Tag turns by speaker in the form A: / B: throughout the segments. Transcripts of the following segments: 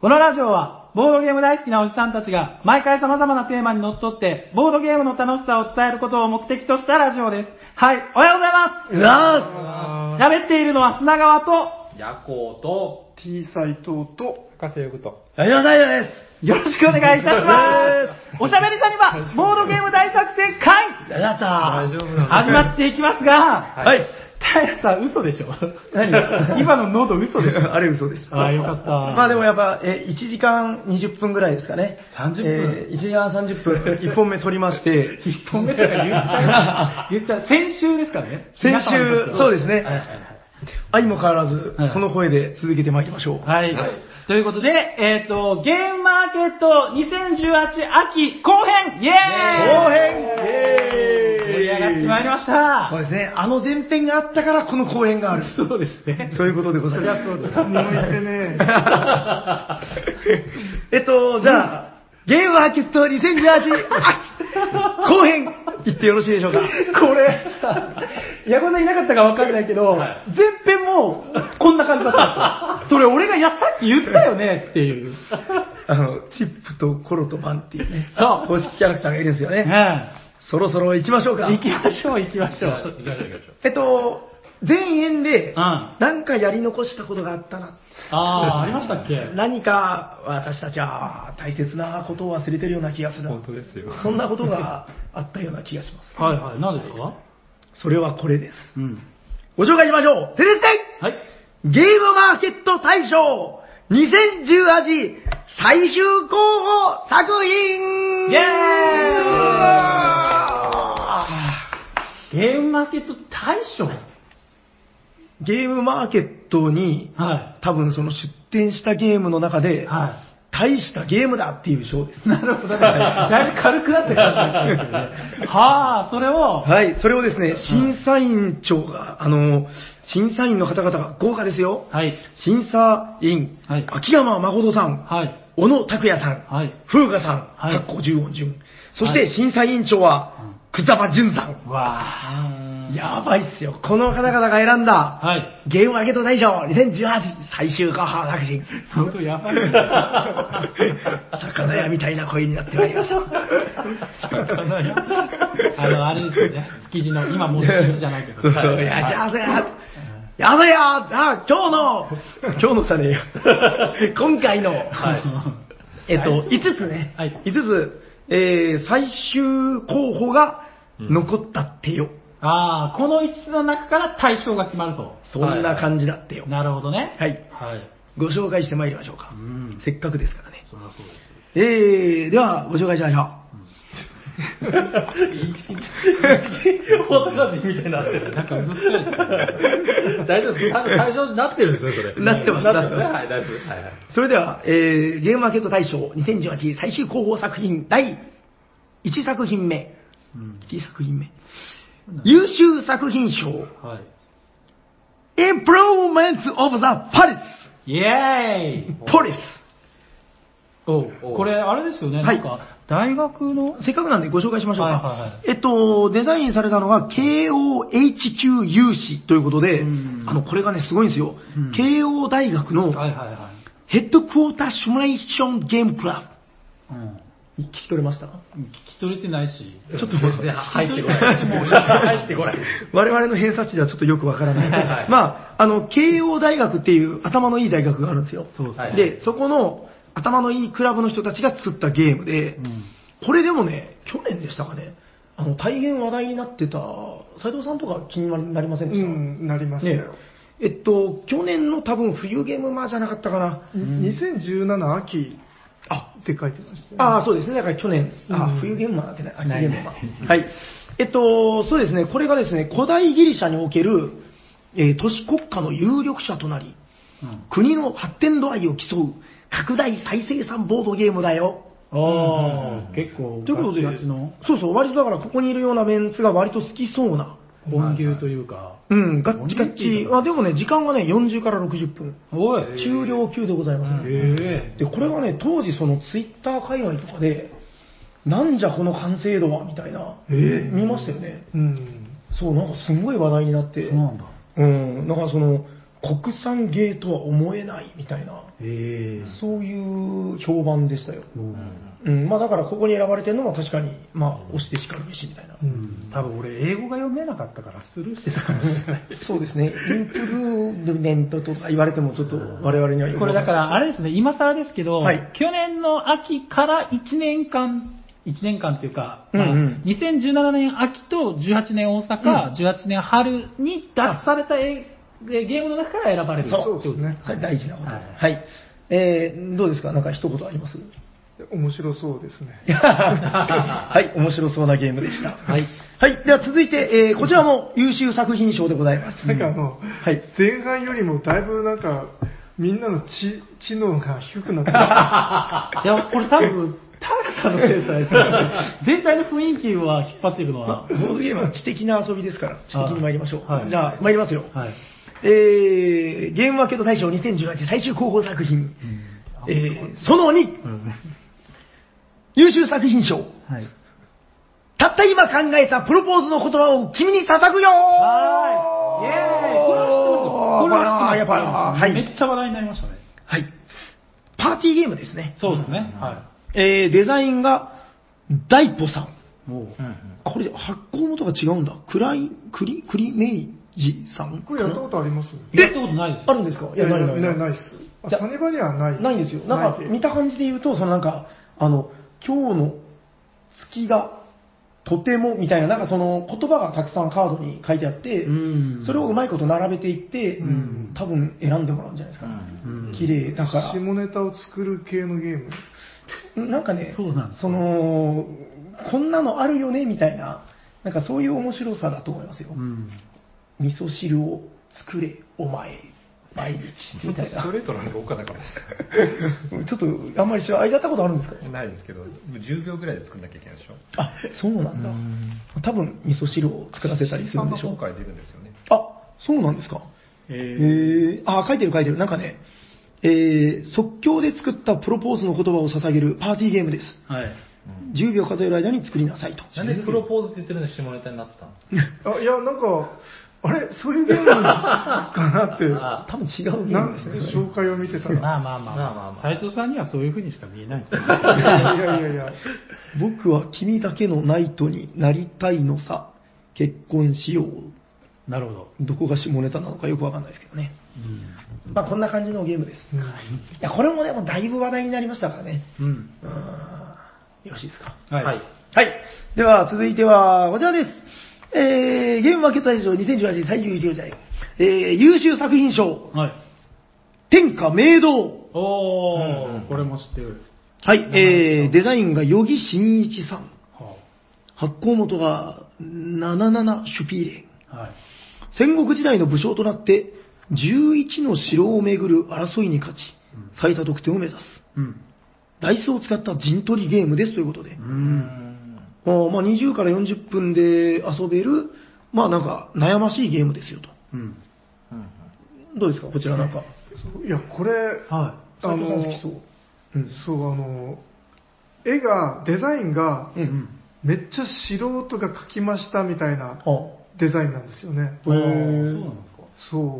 A: このラジオは、ボードゲーム大好きなおじさんたちが、毎回様々なテーマにのっとって、ボードゲームの楽しさを伝えることを目的としたラジオです。はい、おはようございます
B: うわ
A: 喋っているのは砂川と、
C: 夜行と、
D: T 斎藤と、
C: 博士よくと。
B: ラジオサイドです
A: よろしくお願いいたします。おしゃべりさんには、ボードゲーム大作戦会
B: やだった
C: 大丈夫なの
A: 始まっていきますが、
B: はい。
A: 平さん嘘でしょ
B: 何
A: 今の喉嘘でしょ
B: あれ嘘です。
A: ああ、よかった。
B: まあでもやっぱ、え、1時間20分ぐらいですかね。
A: 30分
B: えー、1時間30分、1本目撮りまして、
A: 一本目とか言っちゃう。言っちゃう。先週ですからね。
B: 先
A: 皆様にとっ
B: 週
A: て、は
B: そうですね。相も変わらず
A: はい、
B: この声で続けてまいりましょう。
A: はい。ということで、えっ、と、ゲームマーケット2018秋後編イェーイ
B: 後編
A: 盛り上がってまいりまし
B: そう
A: た
B: ですね。あの前編があったから、この後編がある。
A: そうですね。
B: そういうことでございます。
D: 向いてね。
B: えっと、じゃあ、ゲームマーケット2018秋後編、行ってよろしいでしょうか。
A: これさ、矢子さんいなかったかわかんないけど、 前編もこんな感じだったん ですよ。それ俺がやったって言ったよね っていう。
B: あの、チップとコロとバンっていうね、
A: そう
B: 公式キャラクターがいるんですよ
A: う
B: ね。
A: ん。
B: そろそろ行きましょうか。
A: 行きましょう行きましょう。
C: 行きましょう行きましょう。
B: えっと、前編
A: ん
B: で、なんかやり残したことがあったな。
A: ああ、ありましたっけ
B: 何か私たちは大切なことを忘れてるような気がする。
C: 本当ですよ
B: そんなことがあったような気がします。
A: はいはい、何ですか
B: それはこれです。
A: うん。
B: ご紹介しましょう。テレステ
A: はい。
B: ゲームマーケット大賞2018最終候補作品
A: イエーイ
B: あ
A: ゲームマーケット大賞
B: ーゲームマーケットに
A: は
B: 多分その出展したゲームの中
A: い。
B: で
A: は
B: 大したゲームだっていう賞です。
A: い。 なるほどね。だいぶ軽くなって感じがしてる けどね。はあ、それを、
B: はい、それをですね、審査員長が、あの、審査員の方々が豪華ですよ。
A: はい。
B: 審査員、
A: はい
B: 秋山誠さん、
A: はい。
B: 小野拓也さん、
A: はい。
B: 風雅さん、
A: はい
B: かっこ十音順。そし
A: は
B: て
A: い
B: 審査委員長は、くざばじゅんさん。
A: わあ。
B: やばいっすよ。この方々が選んだ、
A: はい。
B: ゲームマーケット大賞2018最終候補作品。
A: 相当やばい。
B: 魚屋みたいな声になってまいりました。
A: あの、あれですよね。築地の、今もう築地じゃないけど。
B: そうそういやじゃあせや。やだやじゃあ今日の、今日のじゃ ねえよ。今回の、 えっと、5つね。
A: はい
B: 5つ、えー最終候補が残ったってよ。
A: ああ、この5つの中から対象が決まると。
B: そんな感じだってよ。
A: なるほどね。
B: はい。
A: はい。
B: ご紹介してまいりましょうか。
A: ん
B: せっかくですからね。
A: そりゃそうです。
B: えー、では、ご紹介しましょ
C: 大高人みたいになってる。
A: なんか嘘つかれて
C: 大丈夫です。ちゃんと対象になってるんですね、それ。
B: なってます
C: なってますね。
B: なってます。
C: はい、大丈夫です。はいはいう
B: それでは、えー、ゲームマーケット大賞2018最終候補作品第1作品目。1作品目。優秀作品賞、
A: た。はい。
B: Improvements of the Palace!
A: イエーイ
B: Police!
A: お
C: お
A: これ、あれですよね、
B: はい
A: なんか、大学の、
B: せっかくなんでご紹介しましょうか。
A: はいはいはい
B: えっと、デザインされたのが KOHQ 有志ということで、
A: うん
B: あの、これがね、すごいんですよ。
A: うん
B: 慶応大学の
A: はいはいは
B: ヘッドクォーターシミュレーションゲームクラ
A: い。うん。
B: ブ。聞き取れました
A: 聞き取れてないし。
B: ちょっと
C: 全然入ってこない。
A: もう
C: 入ってこない。
B: 我々の偏差 値ではちょっとよくわからない。まあ、あの、慶応大学っていう頭のいい大学があるんですよ。
A: そうですね
C: はい
B: で、そこの頭のいいクラブの人たちが作ったゲームで、
A: うん。
B: これでもね、去年でしたかね、あの、大変話題になってた、斉藤さんとか気になりませんで
D: う
B: した、
D: ん、なりました
B: ね
D: よ。
B: えっと、去年の多分冬ゲームマーじゃなかったかな。
D: 2017秋
B: あ、
D: って書いてましたよね
B: ああ、そうですね。だから去年、
D: う
B: あ
D: ん
B: 冬ゲームマーなんてない、秋
A: ない
B: ゲームマー。はい。えっと、そうですね。これがですね、古代ギリシャにおける、えー都市国家の有力者となり、
A: うん。
B: 国の発展度合いを競う拡大再生産ボードゲームだよ。
A: ああ、結構、
B: ということで
A: ガチガチの、
B: そうそう、割とだからここにいるようなメンツが割と好きそうな。
A: 本流というか。
B: うん、ガッチガッ
A: お兄ち
B: チ
A: ゃ。ん
B: あ、でもね、時間がね、40から60分。
A: おい。
B: 中量級でございます、
A: え
B: で、これがね、当時そのツイッター界隈とかで、なんじゃこの完成度はみたいな、見ましたよね。
D: うん。
B: そう、なんかすんごい話題になって、
A: そうなんだ。
B: うん、なんかその、国産芸とは思えないみたいな、
A: え
B: そういう評判でしたよ。
A: え
B: うん、まあだからここに選ばれてるのは確かに、まあ、押して叱るべしみたいな。
A: うん。多分俺、英語が読めなかったからスルーしてたかもしれない。
B: そうですね、インプルーメントとか言われても、ちょっと我々にはよく
A: これだか
B: わ
A: ら、あれですね、今更ですけど、
B: はい
A: 去年の秋から1年間、1年間というか、まあ
B: うんうん
A: 2017年秋と18年大阪、18年春に脱されたええゲームの中から選ばれる。
D: そうですね。
B: かんない、大事なこと。は
A: はいい、
B: えーどうですか、なんか一言あり ます
D: 面白そうですね。
B: はい、面白そうなゲームでした。はい、はい、では続いて、えーこちらも優秀作品賞でございます。
D: なんかあの、
B: はい
D: 前半よりもだいぶなんか、みんなの知知能が低くな ってま
A: いや、これ多分、タイさんのせいじゃないですか。 全体の雰囲気は引っ張っていくの
B: ま
A: は。
B: あボードゲームは知的な遊びですから、知的に参りましょう。
A: はい
B: じゃあ、参りますよ。
A: はい。
B: えー、ゲームマーケット大賞2018最終候補作品、えー、その2、優秀作品賞、
A: はい。
B: たった今考えたプロポーズの言葉を君に叩くよ
A: はい。イェーイこれは知ってますよこれは知ってます。
B: やっぱ、はい。
A: めっちゃ話題になりましたね。
B: はい。パーティーゲームですね。
A: そうですね。は
B: えー、デザインが、ダイポさん。
A: い。もう。
B: これ、発行元が違うんだ。クライ、クリ、クリメイジさん
D: す。これやったことあります
A: やったことないです
B: あ
A: よ。
B: るんですか
D: いやいや、ない
B: い
D: ないっす。あ
B: じゃ
D: サニバにはない。
B: ないんですよ。なんか、
D: い
B: 見た感じで言うと、そのなんか、あの、今日の月が、とても、みたいな、なんかその言葉がたくさんカードに書いてあって、
A: うん
B: それをうまいこと並べていって、
D: ん
B: 多分選んでもらうんじゃないですか。
A: うん
B: 綺麗だから。
D: 下ネタを作る系のゲーム。
B: なんかね、
A: そうなんですよ
B: の、こんなのあるよね、みたいな、なんかそういう面白さだと思いますよ。
A: うん。
B: 味噌汁を作れ、お前、毎 日、みたい
C: ス
B: な
C: ト。レートなのが多かったかもし
B: ちょっと、あんまりしあ、やったことあるんですか
C: れない。ないですけど、10秒ぐらいで作んなきゃいけないでしょ。
B: あ、そうなんだ。多分、味噌汁を作らせたりするんでしょ
C: 今
B: う。
C: 回出るんですよね。
B: あ、そうなんですか。
A: えー
B: えー、あ、書いてる書いてる。なんかね、えー、即興で作ったプロポーズの言葉を捧げるパーティーゲームです。
A: はい。
B: 10秒数える間に作りなさいと。
E: なんでプロポーズって言ってるのに下ネタになったんですか
D: あ、いや、なんか、あれそういうゲームかなって、 な
B: 多分違うゲームですね。それ
D: 紹介を見てたら。
A: まあまあまあ
E: まあまあまあ
A: 斉藤さんにはそういう風にしか見えない。
D: いやいやいや、
B: 僕は君だけのナイトになりたいのさ。結婚しよう。
A: なるほど。
B: どこが下ネタなのかよくわかんないですけどね。
A: うん。
B: まあこんな感じのゲームです。いや、これもね、もうだいぶ話題になりましたからね。
A: うん。
B: うーんよろしいですか。
A: はい。
E: はい。
B: はい。では、続いては、こちらです。えー、ゲームマーケット大賞2018最優秀時代、えー、優秀作品賞、
A: はい。
B: 天下明堂。
A: おー、これも知ってる。
B: はい、えー、デザインが与木真一さん。発行元が77シュピーレン。
A: はい。
B: 戦国時代の武将となって、11の城を巡る争いに勝ち、最多得点を目指す。
A: うん。
B: ダイスを使った陣取りゲームですということで
A: う。ん。
B: あーまあ、20から40分で遊べる、まあなんか悩ましいゲームですよと。
A: うん。
B: どうですかこちらなんか。
D: そういや、これ、
A: は
D: あ
B: 斉藤さん好
D: の
B: き、そう。うん。
D: そう、あの、絵が、デザインが
B: う、
A: い。うん
B: ん。。
D: めっちゃ素人が描きましたみたいな
B: あ、そ
D: デザインなんですよね。
A: あーそう
B: ー
A: なんですか。
D: そ
A: は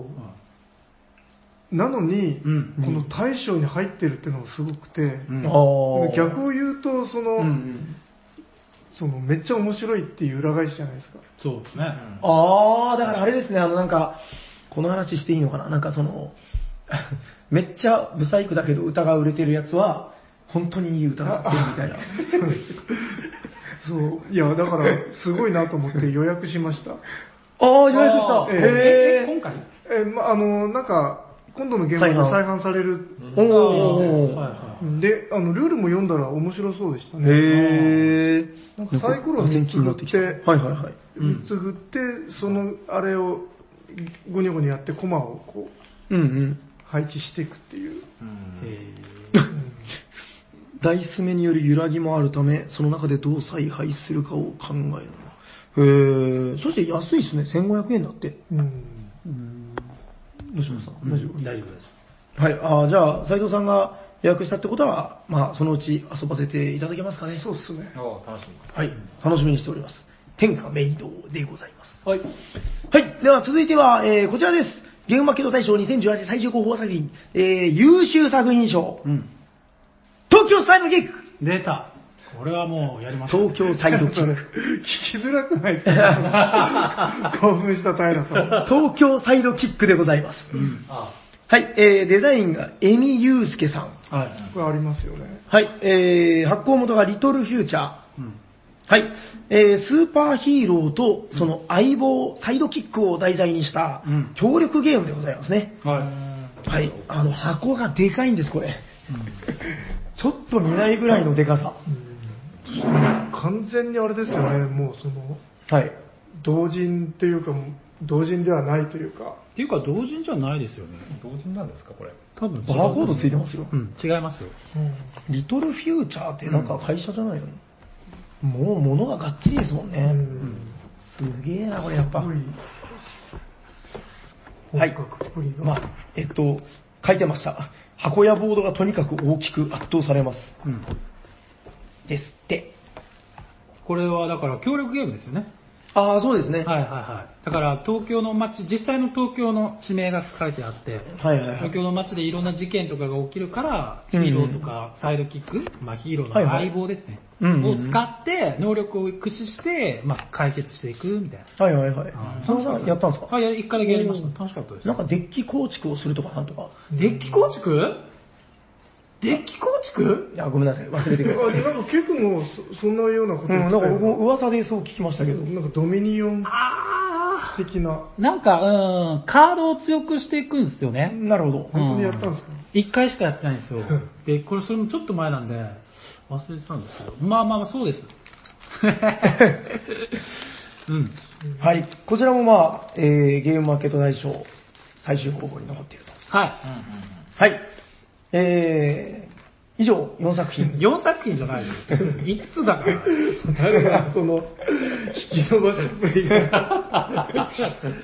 D: う。なのに、
A: うん
D: この大賞に入ってるっていうのがすごくて、
A: いうん
B: あー
D: 逆を言うと、そ
B: う
D: の、
B: んうん。
D: そのめっちゃ面白いっていう裏返しじゃないですか。
A: そうですね。
B: ああ、だからあれですね、あのなんか、この話していいのかななんかその、 めっちゃブサイクだけど歌が売れてるやつは、本当にいい歌がってるみたいな。
D: そう。いや、だから、すごいなと思って予約しました。
B: ああ、予約した
A: あ。
D: ー
A: え
B: へ
A: 今
B: え。
A: 回
D: え、ま、あの、なんか、今度の現場で
B: 再販
D: 再販される。
B: お
A: はい
B: ー。
A: は
D: で、あの、ルールも読んだら面白そうでしたね。
B: へえ。
D: なんかサイコロ
B: 全
D: 3
B: 金になって
D: つ振
B: き。
D: ったて
B: はい、はいはい。
D: 3つ振って、その、あれを、ゴニョゴニョやって、コマをこう、
B: うんうん。
D: 配置していくっていう。
A: い。え
B: ダイス目による揺らぎもあるため、その中でどう采配するかを考える。へえ。そして安いですね。1500円だって。
D: うん。
B: どうしました、
A: ー
B: 大丈夫
A: 大丈夫です。
B: はい。あーじゃあ、斉藤さんが予約したってことは、まあ、そのうち遊ばせていただけますかね。
D: そうっすね。
E: お楽しみ。
B: はい。楽しみにしております。天下明堂でございます。
A: はい。
B: はい。では続いては、えーこちらです。ゲームマーケット大賞2018最終候補作品、えー、優秀作品賞、
A: うん。
B: 東京スタイルキック
A: 出た。これはもうやりましょう。
B: 東京サイドキック。
D: 聞きづらくないですか興奮した平さん。
B: 東京サイドキックでございます。
E: あ
B: はい、えー、デザインがエミユースケさん。
A: はい。
D: これありますよね。
B: はい、えー、発行元がリトルフューチャー。
A: うん。
B: はい、えー、スーパーヒーローとその相棒、サイドキックを題材にした
A: うん
B: 協力ゲームでございますね。
A: はい。
B: はい、あの箱がでかいんです、これ。 ちょっと見ないぐらいのでかさ。
D: 完全にあれですよね、もうその、
B: はい。
D: 同人っていうか、同人ではないというか、
A: っていうか、同人じゃないですよね。
E: 同人なんですか、これ。
A: 多分違う
B: バーコードついてますよ。
A: うん、違いますよ。
B: リトルフューチャーってなんか会社じゃないの、もう物ががっちりですもんね。すげえな、これやっぱ。はい。まあ、えっと、書いてました。箱やボードがとにかく大きく圧倒されます。
A: うん。
B: ですって。
A: これはだから協力ゲームですよね。
B: ああ、そうですね。
A: はいはいはい。だから東京の街、実際の東京の地名が書いてあって、
B: はいはいはい
A: 東京の街でいろんな事件とかが起きるから、
B: う
A: ヒ
B: んうん
A: ーローとかサイドキック、まあヒーローの
B: はいはい
A: 相棒ですね。
B: うんうんうん
A: を使って、能力を駆使して、まあ解決していくみたいな。
B: はいはいはい
A: あ。ー
B: そのさんやったんですか
A: はい、や一回だけやりまし
B: う
A: た。
B: ん
A: 楽しかったです。
B: なんかデッキ構築をするとかなんとか。
A: デッキ構築デッキ構築
B: いや、ごめんなさい。忘れてくだ
D: あ
B: さい。
D: なんか結構もうそ、そんなようなこ
B: う
D: と
B: ん、な
D: 言っ
B: ん
D: て
B: か
D: たよ
B: 僕も噂でそう聞きましたけど。
D: なんかドミニオン
A: あ
D: 的な、
A: あなんか、うん、カードを強くしていくんですよね。
B: なるほど。
D: 本当にやったんですか
A: 一回しかやってないんですよ。で、これ、それもちょっと前なんで、忘れてたんですよ。まあまあまあ、そうです。 うん。
B: はい。こちらもまあ、えー、ゲームマーケット大賞、最終候補に残っていると。
A: は
B: はい。えー、以上、4作
A: い。
B: 品。
A: 4作品じゃない です。5つだから。
D: 誰がその、引き伸ばしっぷりが。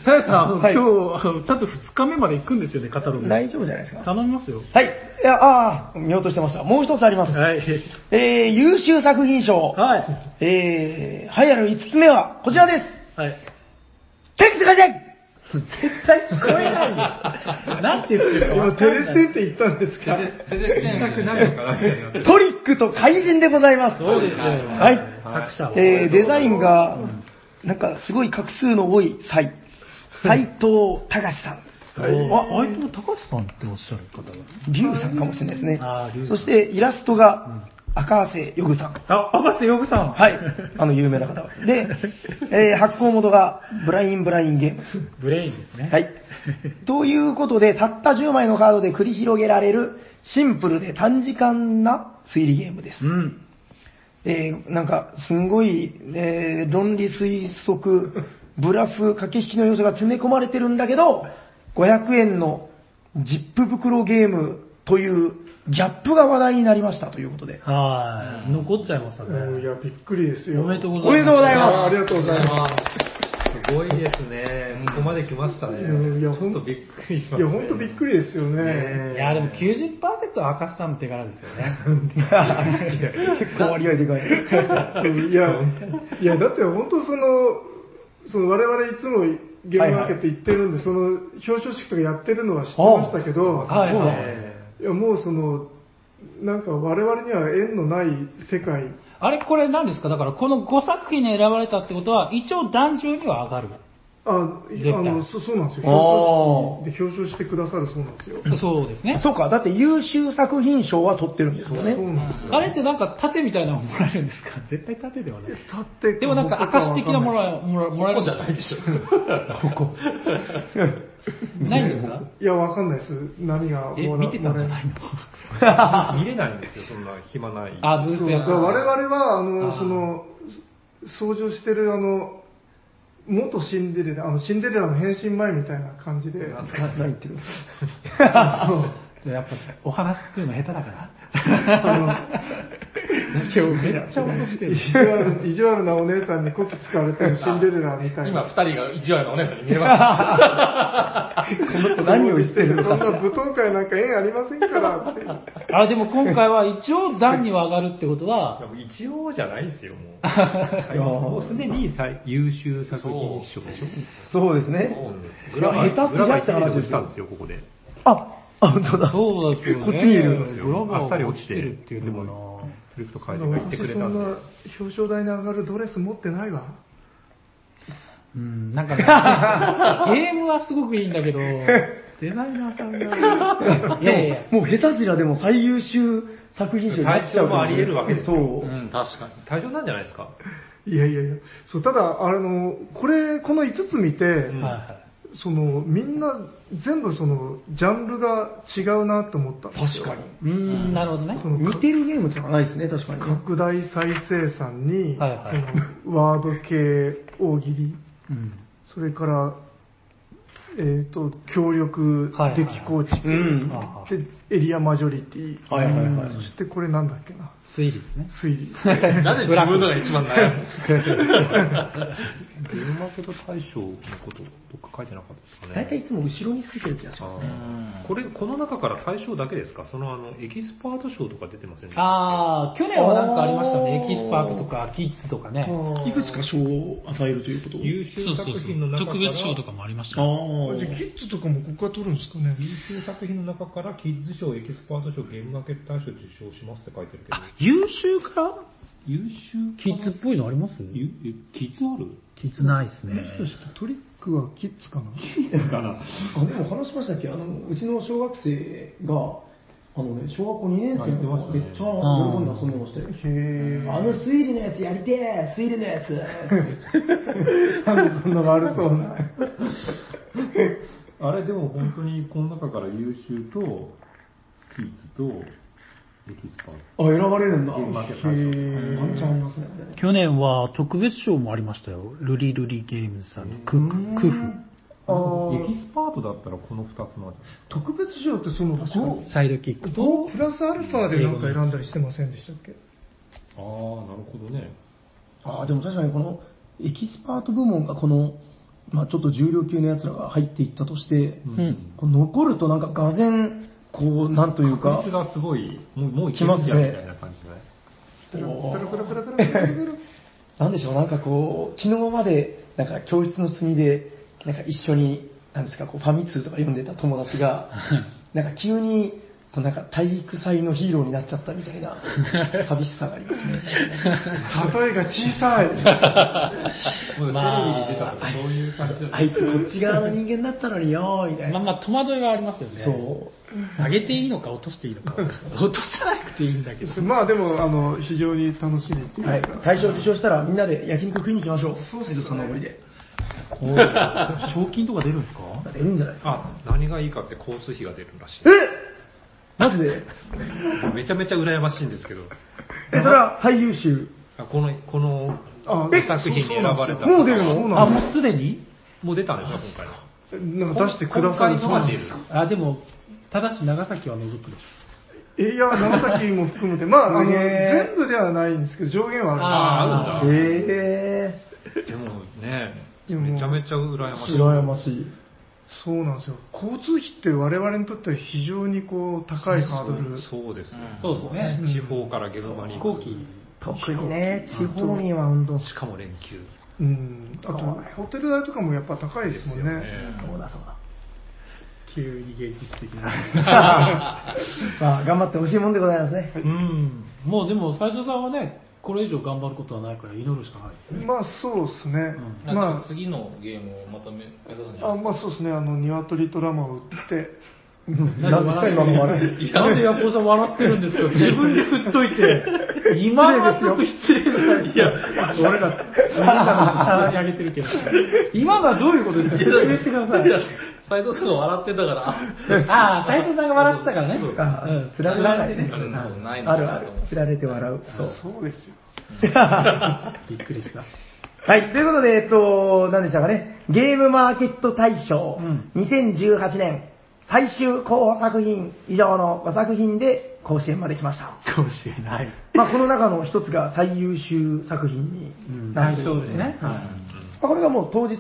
A: さやさん、あの
B: はい
A: 今日あの、ちゃんと2日目まで行くんですよね、カタログ。
B: 大丈夫じゃないですか。
A: 頼みますよ。
B: はい。いや、ああ、見落としてました。もう一つあります。
A: はい。
B: えー、優秀作品賞。
A: はい。
B: えー、栄えある5つ目は、こちらです。
A: はい。
B: テクスカジェン
A: 絶対聞こえないよ。 なんて言ってるか
D: 今、
A: 分
D: テ
A: か
D: レ
A: ん
D: ス
A: ない。
D: テンって言ったんですか
E: 全然痛くないのかな、みたいな。
B: トリックと怪人でございます。
A: そうですよ。
B: はい。
A: 作者は。
B: えー、デザインが、なんかすごい画数の多い斎。斎藤隆さん。
A: あ、相藤隆さんっておっしゃる方が。
B: 龍さんかもしれないですね
A: あー龍。さ
B: そ
A: ん
B: してイラストが赤瀬ヨグさん。
A: あ、赤瀬洋子さん。
B: はい。あの、有名な方。で、えー発行元がブラインブラインゲームズ。
A: ブレインですね。
B: はい。ということで、たった10枚のカードで繰り広げられるシンプルで短時間な推理ゲームです
A: う。ん。
B: えーなんか、すんごい、えー論理推測、ブラフ、駆け引きの要素が詰め込まれてるんだけど、500円のジップ袋ゲームというギャップが話題になりましたということで。
A: はい。残っちゃいました
D: うんい
A: ね。
D: や、びっくりですよ。
A: おめでとうございます。
B: おめでとうござい
D: ああ
B: ま
D: りがとうございます。
E: すごいですね。ここまで来ましたね。
D: うんいや
E: ちょっとびっくりしました、
D: いや、本当びっくりですよね。
A: いや、でも90%は赤瀬さんの手柄ですよね。
B: す。結構割合でか い。
D: そういや、いや、だって本当その、その我々いつもゲームマーケット行ってるんで、その表彰式とかやってるのは知ってましたけど、
A: はい
B: そうだ
A: はい。
D: いや、もうその、なんか我々には縁のない世界。
A: あれ、これ何ですかだから、この5作品に選ばれたってことは、一応壇上には上がる。
D: あ、あ
A: 絶対
D: の、そそうなんですよ。
B: あー
D: 表彰式で表彰してくださるそうなんですよ。
A: そうですね。
B: そうか、だって優秀作品賞は取ってるんですよね
D: そ。うなんですよ。
A: あれってなんか盾みたいなのもらえるんですか 絶対盾ではない。
D: 立って
A: でもなんか証的なも
D: ら
A: らえ、もらもらえるじゃないでし ょ。ないんですか
D: いや、わかんないです。何がも
A: え、
D: ら
A: 見てたんじゃ ないの
E: 見れないんですよ、そんな暇ない。
A: あ、ブ
D: そう
A: ース
D: だ
A: や
D: か
A: っ
D: ら
A: た。
D: 我々は、あ
A: あー
D: の、その、掃除をしてる、あの、元シンデレラ、あの、シンデレラの変身前みたいな感じで、
B: 何言ってるんですか
D: あ
A: じゃあやっぱお話作るの下手だから。めっちゃ落としてる
D: 意。地悪意地悪なお姉さんにこき使われてるシンデレラみたい
F: 今、
D: な。
F: 二人が意地悪なお姉さんに見えま
B: 何を言ってる
D: そ
B: の
D: んな舞踏会なんか縁ありませんからって。
A: あれでも今回は一応段には上がるってことは、
G: も一応じゃないですよ、も う。はいもうすでに最優秀作品賞でしょ。
B: そうですね。いや、下手すぎだって話です
G: したん
B: よ
G: で。すよ、ここで。
B: あ、 あ本当だ。
A: そうですよね。
B: こっちにいるんです
G: よ
A: グラボーが
G: あっさり落ちて
A: るっていうのもな。
G: フリクト会
D: 私
G: 社が言ってくれ
D: そ
G: たん
D: ん
G: で。
D: な表彰台に上がるドレス持ってないわ。
A: うん、なんかね、ゲームはすごくいいんだけど、デザイナーさんが。いやいやいや
B: もう下手すりゃでも最優秀作品賞になっちゃうかしれない
G: 大賞もあり得るわけですよ
B: そう
F: す。う。ん、確かに。
G: 大丈夫なんじゃないですか
D: いやいやいや。そう、ただ、あの、これ、この5つ見て、
A: は
D: その、みんな全部その、ジャンルが違うなと思ったんですよ。確かに。
A: い。うん、なるほどね。
D: その、
B: 似てるゲームとかないですね、確かに。
D: 拡大再生産に、
A: はいはい
D: その、ワード系大喜利、
A: うん。
D: それから、えっ、と、協力
A: はいはい
D: 的
A: はい
D: 構築、
B: うん
A: ああ
D: で、エリアマジョリティ、
B: はいはいはい
D: そしてこれなんだっけな、
A: 推理ですね。
D: 推理。
F: なんで自分のが一番悩む んですか
G: ゲームマーケット大賞のこと、どっか書いてなかったですかね。
B: 大体いつも後ろについてる気がしますね。
G: あーこれ、この中から大賞だけですかその、あの、エキスパート賞とか出てませんでした
A: あー、去年はなんかありましたね。
B: あ
A: エ
B: ー
A: キスパートとか、キッズとかね。
B: いくつか賞を与えるということ
G: 優秀作品の中から、
A: かもありまし
B: あ
D: じゃあキッズとかもここから取るんですかね
G: 優秀作品の中から、キッズ賞、エキスパート賞、ゲームマーケット大賞受賞しますって書いてるけど、
A: 優秀から
G: 優秀
A: キッズっぽいのあります
G: ゆえキッズある
A: キッズないっすね
D: も。しかしてトリックはキッズかな
B: あでも話しましたっけあの、うちの小学生が、あのね、小学校2年生の子めっちゃ喜んで遊んでましたよ。あの推理のやつやりてえ推理の やつ
D: そんな悪そうな。
G: あれでも本当にこの中から優秀と、キッズと、エキスパート。
B: あ、選ばれるんだ。
G: ゲームマーケット大
B: へ
G: 賞
B: えワンチャンありますね。
A: 去年は特別賞もありましたよ。ルリルリゲームズさんのクック、クフ。
D: あー
G: エキスパートだったらこの2つなんじ
D: 特別賞ってその5、
A: サイドキックと、
D: 5プラスアルファでなんか選んだりしてませんでしたっけ
G: ゃないああー、なるほどね。
B: あーでも確かにこのエキスパート部門がこの、まあ、ちょっと重量級のやつらが入っていったとして、
A: うん。
B: こう残るとなんか俄然こうなんというか
G: 確率がすごい、もう、もういけますやみたいな感じだね。
B: こ
D: ペロペロペロペロペロペロ
B: うなんでしょうなんかこう昨日までなんか教室の隅でなんか一緒になんですかこうファミ通とか読んでた友達がなんか急にこうなんか体育祭のヒーローになっちゃったみたい な寂しさがありますね。
D: 例えが小さい。
G: もうテレビに出たとかそういう感じだ
B: あいつこっち側の人間だったのによーみたい
A: まあま
B: な。
A: あ戸惑いはありますよね。
B: そう。
A: 上げていいのか 落としていいのか。落とさなくていいんだけど。
D: まあでも、あの、非常に楽しみっていう
B: はい
D: か。、
B: 大賞受賞したらみんなで焼肉食いに行きましょう。
D: そうっすね
B: 江戸さんのおごりで。
A: 賞金とか出るんですか
B: だっているんじゃないですか。
G: あ、何がいいかって交通費が出るらし
B: マジで
G: い。めちゃめちゃ羨ましいんですけど、
B: え、それは最優秀。
G: あこの、この、
D: あえ
G: 作品に選ばれた。
B: もう出る
D: そう
B: の
D: な
A: あ、
D: ん
A: もうすでに
G: もう出たんですか、今回。
D: なんか出してくださる
G: 今回のが出る。
A: あ、でも、ただし長崎は除くでし
D: えいや、長崎も含めて、まあ、あの、
B: すげえ
D: 全部ではないんですけど、上限はある。
G: ああ、あるんだ。
B: へ
G: でもね、
D: でも
G: めちゃめちゃ羨ましい。
B: 羨ましい。
D: そうなんですよ。交通費って我々にとっては非常にこう、高いハードル。
G: そうですね。
A: そうですね
G: 地方から現場に
A: 飛
G: 行
A: 行
G: く。
A: 機。
B: 特にね、地方民は運動
G: しかも連休。
D: うん。あと、ホテル代とかもやっぱ高いですもんね。
G: ね
B: そうだそう だ。
A: 急に現実的な。
B: まあ、頑張ってほしいもんでございますね。
A: うん。 もうでも、斉藤さんはね、これ以上頑張ることはないから祈るしかない。
D: まあ、そうですね。
A: う
H: なん
D: ま
H: か次のゲームをまた目目指すんじゃ
D: あ、あ
H: ないですか
D: まあそうですね。あの、鶏とラマを売って、
B: なんですか、今の笑い。
A: なんでヤコウさん笑ってるんです か自分で振っといて。今はちょっと失礼じゃないいや、俺ら、俺らの皿にあげてるけど。今のはどういうことですか説明してください。
H: 斉藤さんが笑ってたから、
A: ああ、斉藤さんが笑ってたからね。
H: そう
B: あ
A: うん
B: 振られないね。
H: あるのないの
B: あるある。振られて笑う。そう。
D: そうですよ。
A: びっくりした。
B: はい、ということで、えっと、何でしたかね、ゲームマーケット大賞、
A: うん
B: 2018年最終候補作品以上の5作品で甲子園まで来ました。
A: かもしれない。
B: まあ、この中の一つが最優秀作品にな
A: 対
B: るとい
A: 象
B: うこと
A: ですね。
B: ま
A: は
B: あ、これがもう当日、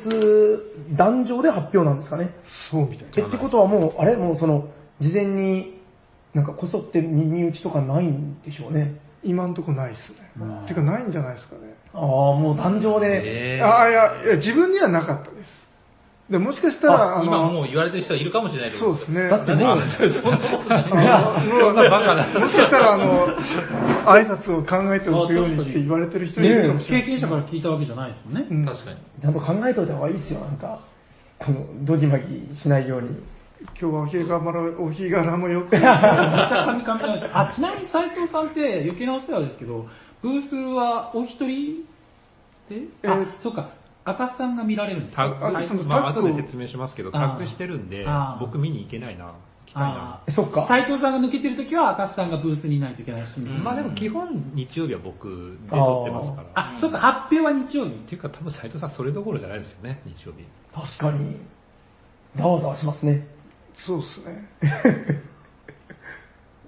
B: 壇上で発表なんですかね。
D: そうみたい
B: え、ってことはもう、あれもうその、事前に、なんかこそって耳打ちとかないんでしょうね。
D: 今んとこないっすね。てかないんじゃないですかね。
B: ああ、もう壇上で。
I: えー
D: ああいや、いや、自分にはなかったです。でもしかしたら、あの
I: 今もう言われてる人はいるかもしれないって
D: そ
I: こと
D: うですね。
B: だってもう、
I: そんなことない。
D: あの、
I: そんなバカな
D: もしかしたら、あの、挨拶を考えておくようにって言われてる人いるかも
A: い
D: し
A: 経
D: れない。
A: 験者から聞いたわけじゃないですもんね。
D: うん
I: 確かに。
B: ちゃんと考えといた方がいいですよ、なんか。この、ドギマギしないように。
D: 今日はお日柄も、お日柄もよく。
A: めっちゃカミカミなんですよあちなみに斉藤さんって余計なお世話ですけど、ブースはお一人で、あ
D: えー、
A: そうか、赤須さんが見られるんです
E: タ
A: か
E: ッ
D: あそ
E: グ、
D: の
E: まあ、
D: タッ
E: 後
D: グを
E: で説明しますけど、タ
A: あー
E: ッグしてるんで
A: あー、
E: 僕見に行けないな。行きたい
A: あ
E: な。
B: えそっか。
A: 斉藤さんが抜けてるときは赤須さんがブースにいないといけないし、
I: ん
E: まあでも基本日曜日は僕で撮ってますから。
A: あ、そうか、発表は日曜日。
E: っていうか多分斉藤さんそれどころじゃないですよね、日曜日。
B: 確かに、ざわざわしますね。
D: そうですね。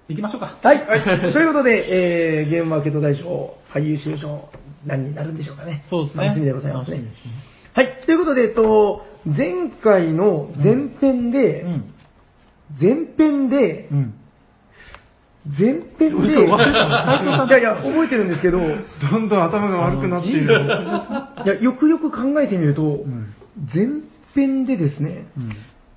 A: 行きましょうか。
B: はい。 ということで、えー、ゲームマーケット大賞最優秀賞、何になるんでしょうかね。
A: そうですね
B: 楽しみでございますね
A: 楽しみですね。
B: はい。ということで、えっと、前回の前編で、
A: うん。
B: 前編で、
A: うん。
B: 前編で、 いやいや、覚えてるんですけど、い
D: どんどん頭が悪くなっている。
B: や、よくよく考えてみると、
A: ん
B: 前編でですね、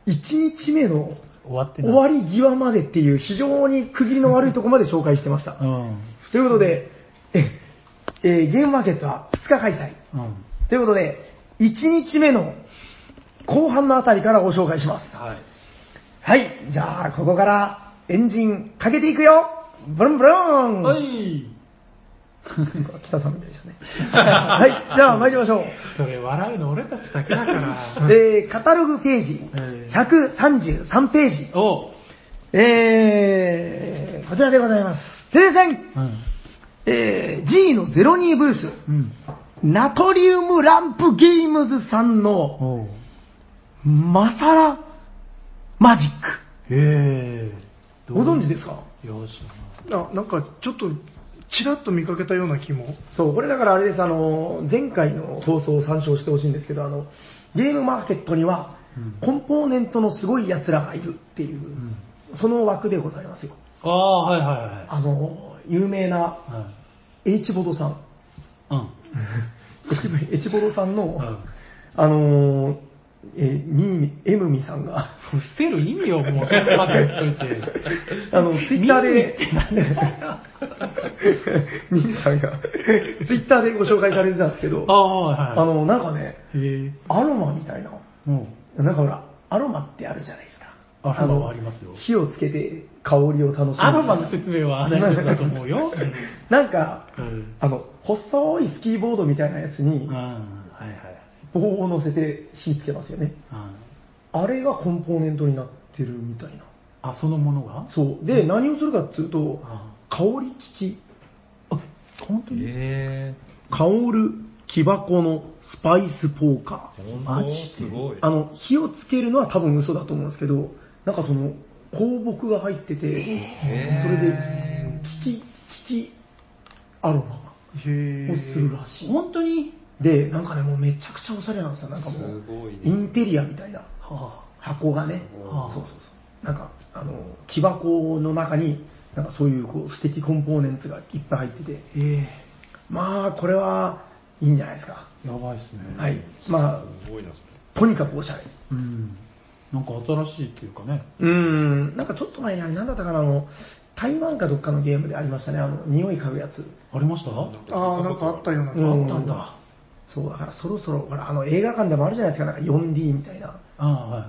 B: 1日目の
A: 終わって
B: 終わり際までっていう非常に区切りの悪いところまで紹介してました。
A: うん。
B: ということで、ええーゲームマーケットは2日開催。
A: うん。
B: ということで、1日目の後半のあたりからご紹介します。
A: はい。
B: はい、じゃあ、ここからエンジンかけていくよブルンブルン
A: はい。
B: なんか北さんみたいでしたね。 はい、じゃあ参りましょう。
A: それ笑うの俺たちだけだ から。
B: えー、カタログページ
A: えー
B: 133ページ、
A: おう。
B: えー、こちらでございます。停戦
A: うん。
B: えー、G の02ブース、
A: うん。
B: ナトリウムランプゲームズさんの
A: おう。
B: マサラマジック。
A: へえ。
B: ご存知ですか
A: よし。
D: あなんか、ちょっと、ちらっと見かけたような気も。
B: そう、これだからあれです、あの、前回の放送を参照してほしいんですけど、あの、ゲームマーケットには、コンポーネントのすごい奴らがいるっていう、その枠でございますよ。
A: ああ、はいはいはい。
B: あの、有名な
A: はい
B: エチボド さん、
A: うん。
B: エチボエチボドさんの、
A: うん
B: あの、えー、ミー、エムミさんが、
A: 伏せる意味をもう、そこまで言っといて。
B: あの、ツイッターで、ミーさん が、ツイッターでご紹介されてたんですけど
A: あ、あ、はい
B: あ
A: は
B: の、なんかね、
A: い。へえ。
B: アロマみたいな、
A: うん。
B: なんかほら、アロマってあるじゃないですか。
A: アロマはありますよ
B: の火をつけて香りを楽しむ。
A: アロマの説明は大丈夫だと思うよ。
B: なんか、
A: うん。
B: あの、細いスキーボードみたいなやつ
A: う
B: に
A: ん。はいはい。
B: 棒を乗せて火つけますよね。
A: うん
B: あれがコンポーネントになってるみたいな。
A: あ、そのものが
B: そう。で、何をするかっていうと、
A: あ
B: 香り利き、
A: あ、本当に
E: え
B: 香る木箱のスパイスポーカ
E: え
B: ー。
E: ー、
A: マ
E: 本
A: ジ
E: 当
A: です
E: ごい。
B: あの、火をつけるのは多分嘘だと思うんですけど、なんかその、香木が入ってて、それで、キキ、キキ、アロマ
D: へえ
B: をするらしい。
A: 本当に
B: で、なんかね、もうめちゃくちゃおしゃれなんですよ。なんかもう
E: す、ごいね
B: インテリアみたいな
A: は
B: 箱がね、
A: はあ
B: そうそうそう。なんか、あの、木箱の中に、なんかそういうこう素敵コンポーネンツがいっぱい入ってて、
A: あ。え
B: まあ、これはいいんじゃないですか。
A: え。やばいですね。
B: はい。まあ、
E: すごいな、それ。
B: とにかくおしゃれ。
A: うん。なんか新しいっていうかね。
B: うーん、なんかちょっと前にあれ、なんだったかな、あの、台湾かどっかのゲームでありましたね、あの、匂い嗅ぐやつ。
A: ありました
D: ああ、なんかあったような。
B: うん
A: あったんだ。
B: そう、だからそろそろ、ほら、あの、映画館でもあるじゃないですか、なんか 4D みたいな。
A: ああ、はい。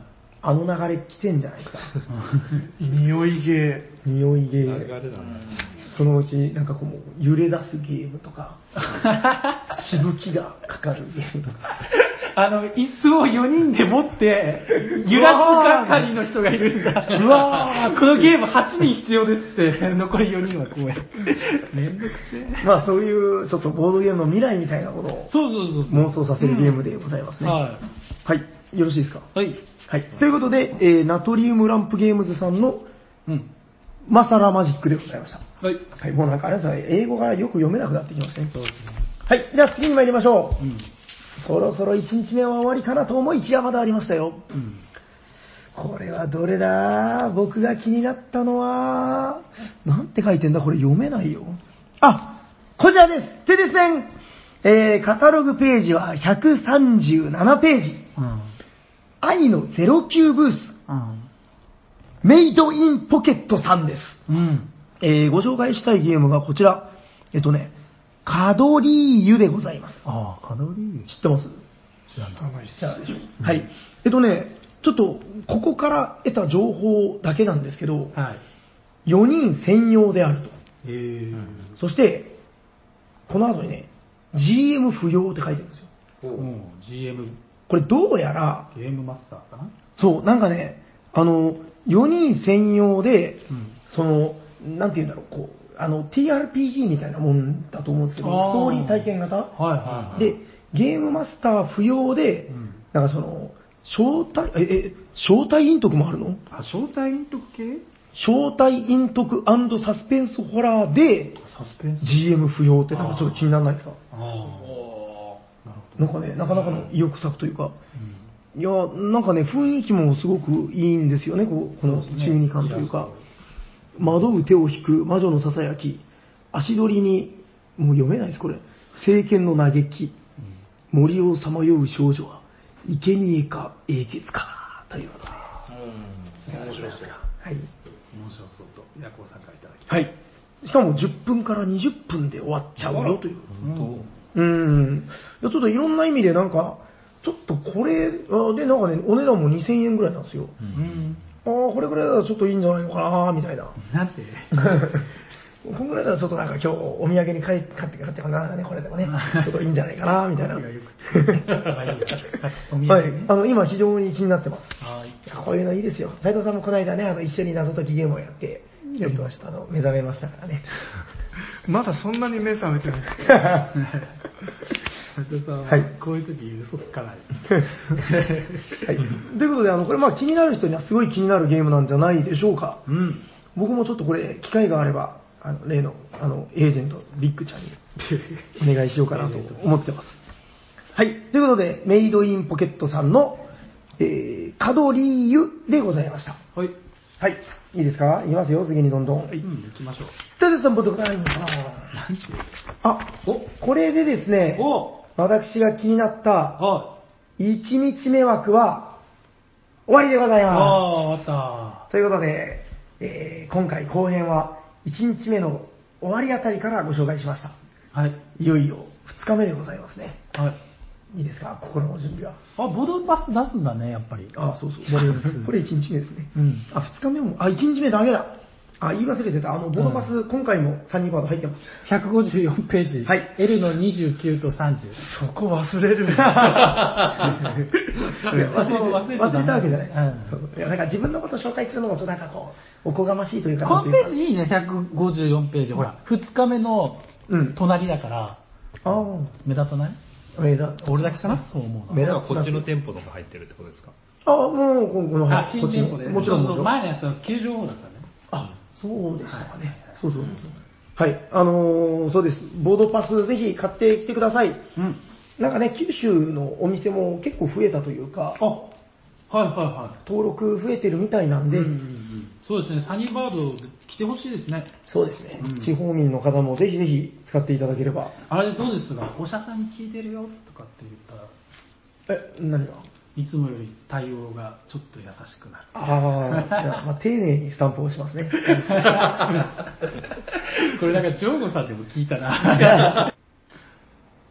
B: あの流れ来てんじゃないですか。
D: 匂い芸。
B: 匂いゲ
E: あれ
B: ー、
E: だね。
B: そのうちなんかこう、揺れ出すゲームとか、 しぶきがかかるゲームとか。
A: あの、椅子を4人で持って、揺らす係の人がいるんだ。
B: うわ
A: このゲーム8人必要ですって、残り4人はこうやって。めんどくせえ。
B: まあそういう、ちょっとボードゲームの未来みたいなことを
A: そうそうそうそう。
B: 妄想させるゲームでございますね。
A: は
B: はい。よろしいですか
A: い。はい。
B: はい。ということで、えーナトリウムランプゲームズさんの、
A: うん。
B: マサラマジックでございました。
A: はい。
B: はい、もうなんかあれですね、英語がよく読めなくなってきましたね。
A: そうですね。
B: はい、じゃあ次に参りましょう。
A: うん。
B: そろそろ1日目は終わりかなと思いきやまだありましたよ。
A: うん。
B: これはどれだ僕が気になったのは、なんて書いてんだこれ読めないよ。あ、こちらです。テレセン。えー、カタログページは137ページ。
A: うん。
B: 愛の09ブース、
A: うん。
B: メイドインポケットさんです。
A: うん。
B: えー、ご紹介したいゲームがこちら。えっとね、カドリーユでございます。
A: ああ、カロリー。
B: 知ってます
A: 知らない。
B: じゃないでしょうはい。えっとね、ちょっと、ここから得た情報だけなんですけど、
A: はい。
B: 4人専用であると。
A: えー。
B: そして、この後にね、GM 不要って書いてるんですよ。
A: うん。GM、
B: これどうやら、
A: ゲームマスターかな
B: そう、なんかね、あの、4人専用で、
A: うん
B: その、なんて言うんだろう、こう、あの、TRPG みたいなもんだと思うんですけど、
A: あー
B: ストーリー体験型
A: はいはいはい。
B: で、ゲームマスター不要で、
A: うん
B: なんかその、招待、え、え、招待陰徳もあるの
A: あ、招待陰徳系
B: 招待陰徳サスペンスホラーで、
A: サスペンス
B: GM 不要ってなんかちょっと気にならないですか
A: ああ。
I: お
B: なんかね、なかなかの意欲作というか、いや、なんかね、雰囲気もすごくいいんですよね、こうこの中二感というか。惑う手を引く魔女のささやき、足取りに、もう読めないです、これ。聖剣の嘆き、森をさまよう少女は、生贄か英傑か、ということで。
I: ーうん。面白そう。
B: はい。
A: 面白そうと、ヤコウさんからいただき
B: はい。しかも10分から20分で終わっちゃうよという。
A: 本
B: うん。いや、ちょっといろんな意味でなんか、ちょっとこれ、あで、なんかね、お値段も2000円ぐらいなんですよ。
A: 当。うん。
B: ああ、これぐらいだとちょっといいんじゃないのかな、みたいな。
A: なんて、
B: こんぐらいだとちょっとなんか今日お土産に買い買って買ってかな、ね、これでも ね、ちょっといいんじゃないかな、みたいな。
A: 何がよく
B: はい、あの、今非常に気になってます。
A: はい。
B: いやこういうのいいですよ。斉藤さんもこの間ね、あの、一緒に謎解きゲームをやって、ちょっとあの、目覚めましたからね。
D: まだそんなに目覚めてないですけ
A: 斉藤さん
B: は、
A: はいこういう時嘘つか ない。
B: はい、ということで、あのこれ、まあ、気になる人にはすごい気になるゲームなんじゃないでしょうか。
A: うん。
B: 僕もちょっとこれ、機会があれば、あの例のあのエージェント、ビッグちゃんに お願いしようかなと思ってます。はい、ということで、メイドインポケットさんの、えー、カドリーユでございました。
A: はい。
B: はい、いいですかいきますよ、次にどんどん。はい
A: うん、行きましょう。
B: ということで、ボトルございますあ、これでですね、
A: お
B: 私が気になった、
A: は
B: 1日目枠は終わりでござい
A: い。あ
B: ま
A: あ、終わ
B: す。ということで、えー今回後編は1日目の終わりあたりからご紹介しました。
A: った。はい。
B: いよいよ2日目でございますね。
A: はい。
B: いいですか心の準備は。
A: あ、ボードパス出すんだね、やっぱり。
B: あ、そうそう。
A: ボリューム2
B: これ1日目ですね。
A: うん
B: あ、2日目も、あ、1日目だけだ。あ、言い忘れてた。あの、ボードパス、今回もサニーバード入ってます。
A: 154ページ。
B: はい
A: L の29と30。
D: ど。そこ忘れる。
B: いや忘れて
A: 忘れてた
B: 忘れたわけじゃないです
A: うん
B: そうそう。いや、なんか自分のことを紹介するのもちょっとなんかこう、おこがましいというか。
A: こ
B: なん
A: の
B: て
A: ペ
B: いうか
A: ージいいね、154ページ。ほら、2日目の
B: うん。
A: 隣だから、
B: あ
A: 目立たない
B: あ、目立
A: 俺だけかなそう思うの。
B: 目
I: 目
B: 立
I: 立
B: つ
I: こっちの店舗のが入ってるってことですか
B: あ、もう、このこの、
A: あ、
B: はい
A: 新店舗でね。
B: こっちのもちろん、も
A: そうそ
B: ちろ。
A: うん前のやつは球場方だったね。
B: あ、そうでしたかね。そうそうそうそう。はい、あのーそうです。ボードパスぜひ買ってきてください。
A: うん。
B: なんかね、九州のお店も結構増えたというか、
A: あ、はいはいはい。
B: 登録増えてるみたいなんで、
A: そうですね、サニーバード来てほしいですね。
B: そうですね、地方民の方もぜひぜひ使っていただければ。
A: あれどうですかお医者さんに聞いてるよとかって言ったら、
B: え、何が
A: いつもより対応がちょっと優しくなる。
B: ああ、い やまあ、丁寧にスタンプをしますね。
A: これなんか、ジョーゴさんでも聞いたな。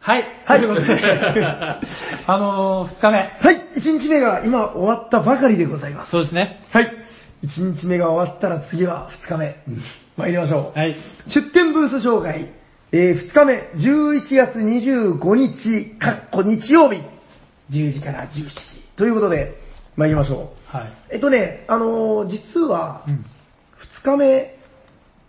A: はい、はい、ということで、 あのー、2日目。
B: はい、1日目が今終わったばかりでございます。
A: そうですね。
B: はい。1日目が終わったら次は2日目。参りましょう。
A: はい。
B: 出店ブース紹介。え2日目、11月25日、かっこ日曜日。10時から17時。ということで、参りましょう。
A: はい。
B: えっとね、あのー実は、
A: ん。
B: 2日目、え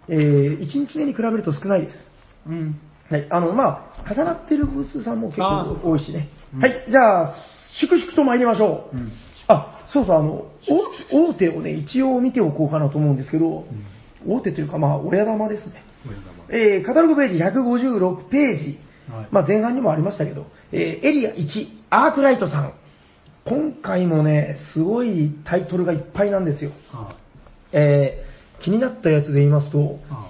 B: 1日目に比べると少ないです。
A: うん。
B: はい、あの、まあ、重なってるブースさんも結
A: あーそ
B: 構
A: う
B: 多いしね。はい、じゃあ、粛々と参りましょう。
A: うん
B: あ、そうそう、あの、お大手をね、一応見ておこうかなと思うんですけど、大手というか、まあ、親玉ですね。えーカタログページ156ページ、
A: はい
B: まあ、前半にもありましたけど、えーエリア1、アークライトさん。今回もね、すごいタイトルがいっぱいなんですよ。
A: あ
B: えー気になったやつで言いますと、
A: あ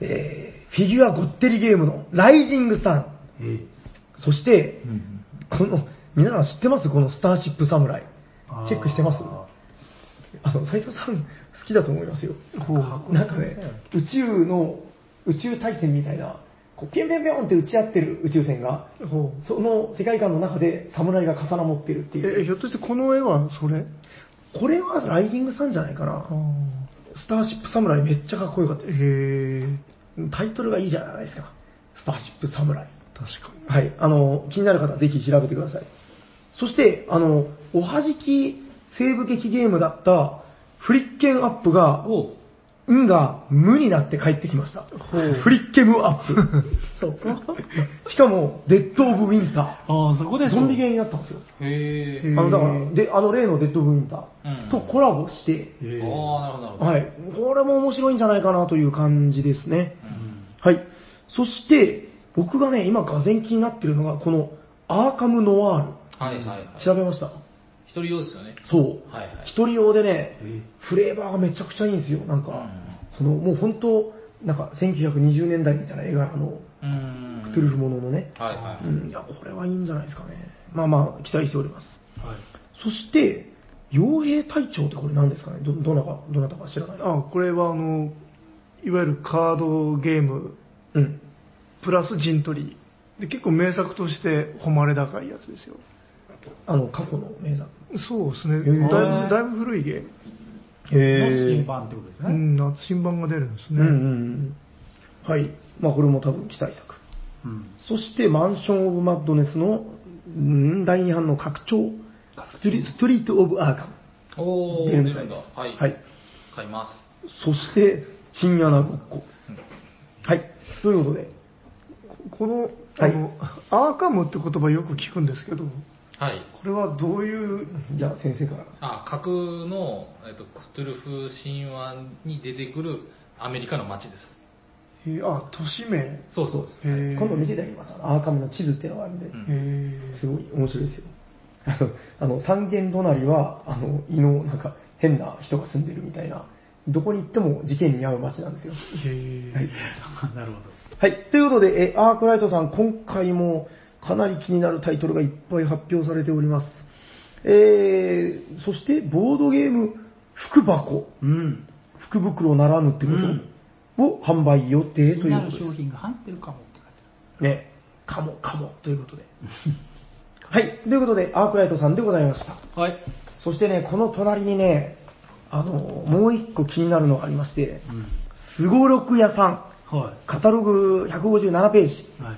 B: えーフィギュアごってりゲームのライジングさん。
A: ええ
B: そして、
E: うん
B: この、皆さん知ってますこのスターシップサムライ
A: あー。
B: チェックしてますあの、斎藤さん好きだと思いますよ。なんかね、宇宙の、宇宙大戦みたいな、こうピョンピョンピョンって打ち合ってる宇宙船が、
D: ほ
B: その世界観の中で侍が刀持ってるって
D: う
B: い
D: え、
B: う。
D: ひょっとしてこの絵はそれ
B: これはライジングさんじゃないかな。スターシップサムライめっちゃかっこよかった
D: へ
B: です。
D: え、
B: タイトルがいいじゃないですか。スターシップサムライ。
D: 確かに。
B: はい、あの、気になる方はぜひ調べてください。そして、あの、おはじき西部劇ゲームだったフリッケンアップが、運が無になって帰ってきました。フリッケムアップ。 しかも、デッド・オブ・ウィンタ
A: ああ、そこで
B: ー。
A: しょ
B: ゾンビゲーになったんですよ。
I: へ
B: あの、だから、で、あの例のデッド・オブ・ウィンタ
I: うん
B: ーとコラボして、
I: え。ああ、なるほど。
B: はい、これも面白いんじゃないかなという感じですね。はい。そして、僕がね、今、がぜ気になってるのが、この、アーカム・ノワール。
I: はいはいはい。
B: 調べました。
I: 一人用ですよね。
B: そう。
I: はいはい
B: 一人用でね、フレーバーがめちゃくちゃいいんですよ。なんか、その、もう本当、なんか1920年代みたいな絵柄の、
I: うーん
B: クトゥルフもののね。
I: はいは
B: う
I: い。
B: ん、いや、これはいいんじゃないですかね。まあまあ、期待しております。そして、傭兵隊長ってこれ何ですかねど、どなたか、どなたか知らない。
D: あ、これはあの、いわゆるカードゲーム、
B: うん。
D: プラス陣取り。で、結構名作として誉れ高いやつですよ。
B: あの、過去の名作。
D: そうですね。だい
B: ー
D: ぶ、だいぶ古いゲーム。
A: の
B: へ
A: 審判ってことです
D: う
A: ね。
D: ん、夏新版が出るんです
B: うん
D: ね。
B: うんうん。はい。まあ、これも多分期待作。
A: うん
B: そして、マンション・オブ・マッドネスの、うん第2版の拡張、ストリストリート・オブ・アーカム。
I: おー、
B: 出る
I: 出
B: みた
I: る
B: い
I: んだ
B: です。
I: はい。
B: はい。
I: 買います。
B: そして、チンアナごっこ。はい。ということで、
D: この、あの、アーカムって言葉よく聞くんですけど、こ
I: はい。
D: れはどういう、
B: じゃあ先生から。
I: あ、架空の、えっと、クトゥルフ神話に出てくるアメリカの街です。
D: えーあ、都市名。へ
I: そうそうです。
D: え
B: 今度見せてあげます。あのアーカムの地図っていうのがあるんで、
I: ん
D: へ
B: すごい面白いですよ。 あの、あの三軒隣は、あの、胃のなんか変な人が住んでるみたいな、どこに行っても事件に遭う街なんですよ。
D: え。へ
B: はい。
A: なるほど。
B: はい。ということで、えアークライトさん、今回もかなり気になるタイトルがいっぱい発表されております。えー、そして、ボードゲーム、福箱、
A: うん。
B: 福袋ならぬってことを販売予定
A: 気に
B: とい
A: な
B: う
A: る
B: ことで
A: 商
B: す。
A: 品が入ってるかもって書いて
B: ね、かもかもということで。 はい、ということで、アークライトさんでございました。
A: ある。はい。
B: そしてね、この隣にね、あの、もう一個気になるのがありまして、すごろく屋さん、
A: は
B: カタログ157ページ、
A: い。はい。